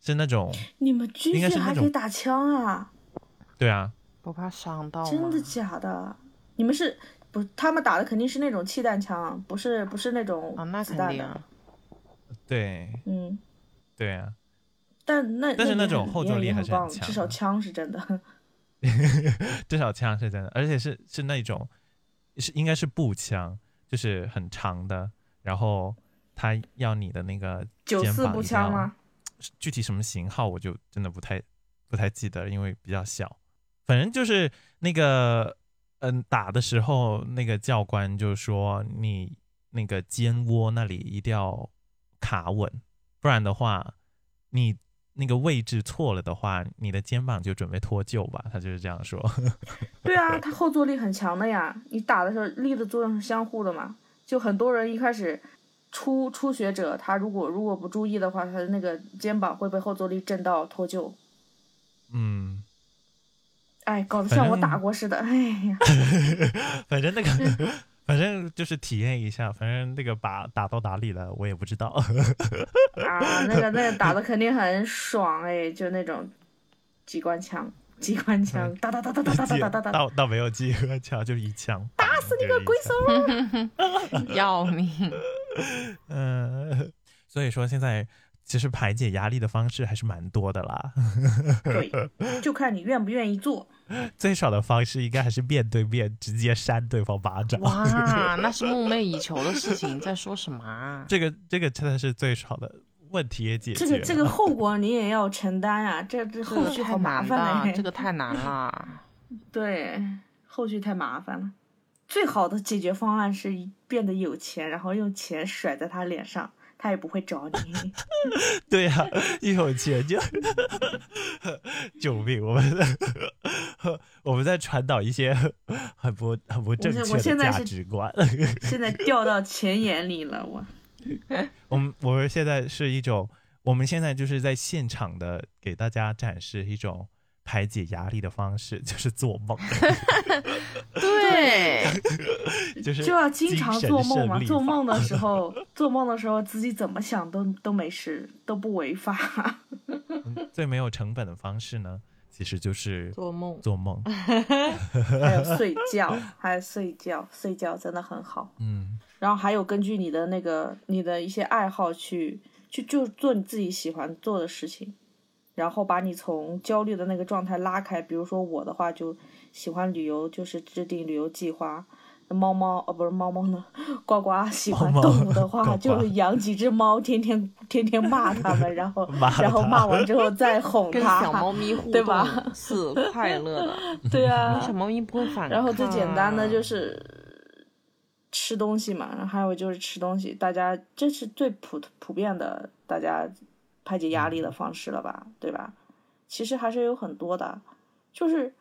Speaker 1: 是那种，
Speaker 2: 你们军
Speaker 1: 应该是
Speaker 2: 训
Speaker 1: 那
Speaker 2: 还可
Speaker 1: 种
Speaker 2: 以打枪啊？
Speaker 1: 对啊，
Speaker 3: 不怕伤到吗？
Speaker 2: 真的假的？你们是不？他们打的肯定是那种气弹枪，不是不是那种
Speaker 3: 啊，那
Speaker 2: 子
Speaker 3: 肯
Speaker 2: 弹
Speaker 3: 定
Speaker 2: 的。
Speaker 3: 啊。
Speaker 1: 对，
Speaker 2: 嗯，
Speaker 1: 对啊，
Speaker 2: 但那
Speaker 1: 但是那
Speaker 2: 也
Speaker 1: 种
Speaker 2: 很
Speaker 1: 后坐力
Speaker 2: 也
Speaker 1: 还
Speaker 2: 很
Speaker 1: 是很
Speaker 2: 棒，
Speaker 1: 强
Speaker 2: 至少
Speaker 1: 的
Speaker 2: 枪是真的。
Speaker 1: 至少枪是真的，而且是是那种是应该是步枪，就是很长的，然后他要你的那个
Speaker 2: 九
Speaker 1: 肩
Speaker 2: 四
Speaker 1: 膀
Speaker 2: 步
Speaker 1: 一定
Speaker 2: 枪
Speaker 1: 要
Speaker 2: 吗？
Speaker 1: 具体什么型号我就真的不太不太记得了，因为比较小。反正就是那个嗯打的时候，那个教官就说你那个肩窝那里一定要卡稳，不然的话你。那个位置错了的话，你的肩膀就准备脱臼吧，他就是这样说。
Speaker 2: 对啊，它后坐力很强的呀。你打的时候，力的作用是相互的嘛。就很多人一开始初初学者，他如果如果不注意的话，他的那个肩膀会被后坐力震到脱臼。
Speaker 1: 嗯，
Speaker 2: 哎，搞得
Speaker 1: 反
Speaker 2: 像我
Speaker 1: 正
Speaker 2: 打过似的。哎呀，
Speaker 1: 反正那个，反正就是体验一下，反正那个把打到哪里了，我也不知道。
Speaker 2: 啊，那个那个打的肯定很爽哎，就那种机关枪，机关枪，哒哒哒哒哒哒哒哒 哒哒，
Speaker 1: 倒倒没有机会枪，就是一枪打死你个鬼手！
Speaker 3: 要命！
Speaker 1: 嗯， 所以说现在其实排解压力的方式还是蛮多的啦。
Speaker 2: 对，就看你愿不愿意做。
Speaker 1: 最爽的方式应该还是面对面直接扇对方巴掌。
Speaker 3: 哇，那是梦寐以求的事情，在说什么啊？
Speaker 1: 这个这个真的是最爽的，问题也解决
Speaker 2: 这
Speaker 1: 了。
Speaker 2: 个这个后果你也要承担呀、这这
Speaker 3: 这
Speaker 2: 后
Speaker 3: 个
Speaker 2: 续
Speaker 3: 太
Speaker 2: 好麻
Speaker 3: 难
Speaker 2: 烦啊嘞
Speaker 3: 啊了，。这个太难了。
Speaker 2: 对，后续太麻烦了。最好的解决方案是变得有钱，然后用钱甩在他脸上，他也不会找你。
Speaker 1: 对呀、一有钱就救命！我们我们在传导一些很不很不正确
Speaker 2: 我现我
Speaker 1: 的
Speaker 2: 现在
Speaker 1: 价
Speaker 2: 是
Speaker 1: 值观。
Speaker 2: 现在掉到钱眼里了，我
Speaker 1: 我们我们现在是一种，我们现在就是在现场的给大家展示一种排解压力的方式，就是做梦，
Speaker 3: 对，
Speaker 1: 就是
Speaker 2: 就要经常
Speaker 1: 神
Speaker 2: 做梦
Speaker 1: 胜
Speaker 2: 嘛，
Speaker 1: 利
Speaker 2: 做
Speaker 1: 法
Speaker 2: 梦的 时候，做梦的时候自己怎么想都都没事，都不违法。
Speaker 1: 嗯最没有成本的方式呢，其实就是
Speaker 3: 做梦
Speaker 1: 做梦。
Speaker 2: 还有睡觉，还有睡觉，睡觉真的很好。
Speaker 1: 嗯，
Speaker 2: 然后还有根据你的那个你的一些爱好去去就做你自己喜欢做的事情，然后把你从焦虑的那个状态拉开。比如说我的话就喜欢旅游，就是制定旅游计划。那猫猫哦，不是猫猫呢，呱呱喜欢
Speaker 1: 猫猫
Speaker 2: 动物 的话，
Speaker 1: 呱呱
Speaker 2: 就养几只猫，天天天天骂它们，然后
Speaker 1: 骂
Speaker 2: 然后
Speaker 1: 它
Speaker 2: 骂完之后再哄
Speaker 3: 跟
Speaker 2: 它，
Speaker 3: 小猫咪互动
Speaker 2: 对吧？
Speaker 3: 是快乐的，
Speaker 2: 对啊，
Speaker 3: 小猫咪不会反抗。
Speaker 2: 然后最简单的就是吃东西嘛，然后还有就是吃东西，大家这是最普普遍的大家排解压力的方式了吧，对吧？其实还是有很多的，就是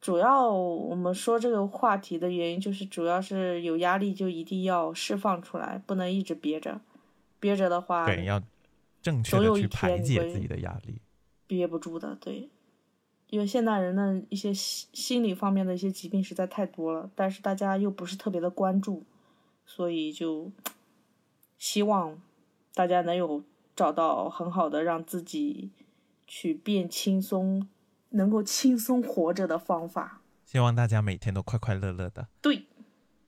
Speaker 2: 主要我们说这个话题的原因，就是主要是有压力就一定要释放出来，不能一直憋着，憋着的话
Speaker 1: 对，要正确
Speaker 2: 总
Speaker 1: 的
Speaker 2: 有
Speaker 1: 去
Speaker 2: 一
Speaker 1: 排
Speaker 2: 天你
Speaker 1: 解
Speaker 2: 会
Speaker 1: 自己的压力。
Speaker 2: 憋不住的，对。因为现代人的一些心心理方面的一些疾病实在太多了，但是大家又不是特别的关注，所以就希望大家能有找到很好的让自己去变轻松，能够轻松活着的方法。
Speaker 1: 希望大家每天都快快乐乐的。
Speaker 2: 对，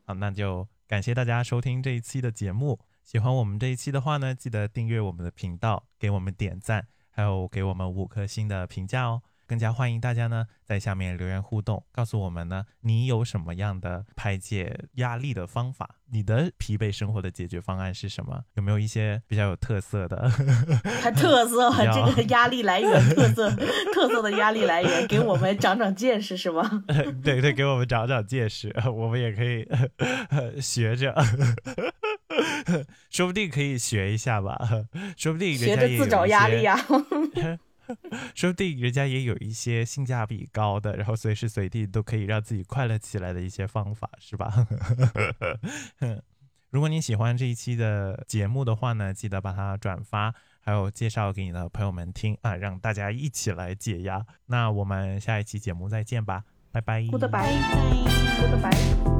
Speaker 1: 好，那就感谢大家收听这一期的节目。喜欢我们这一期的话呢，记得订阅我们的频道，给我们点赞，还有给我们五颗星的评价哦。更加欢迎大家呢在下面留言互动，告诉我们呢你有什么样的排解压力的方法，你的疲惫生活的解决方案是什么？有没有一些比较有特色的？
Speaker 2: 还特色
Speaker 1: 要
Speaker 2: 这个压力来源，特色特色的压力来源，给我们长长见识是吗？
Speaker 1: 对对，给我们长长见识，我们也可以学着，说不定可以学一下吧，说不定人家
Speaker 2: 学着
Speaker 1: 也
Speaker 2: 自
Speaker 1: 有
Speaker 2: 找
Speaker 1: 一
Speaker 2: 压
Speaker 1: 些嗯
Speaker 2: 力啊。
Speaker 1: 说不定人家也有一些性价比高的，然后随时随地都可以让自己快乐起来的一些方法，是吧？ 如果你喜欢这一期的节目的话呢，记得把它转发，还有介绍给你的朋友们听啊，让大家一起来解压。那我们下一期节目再见吧，拜拜。
Speaker 2: Goodbye，Goodbye。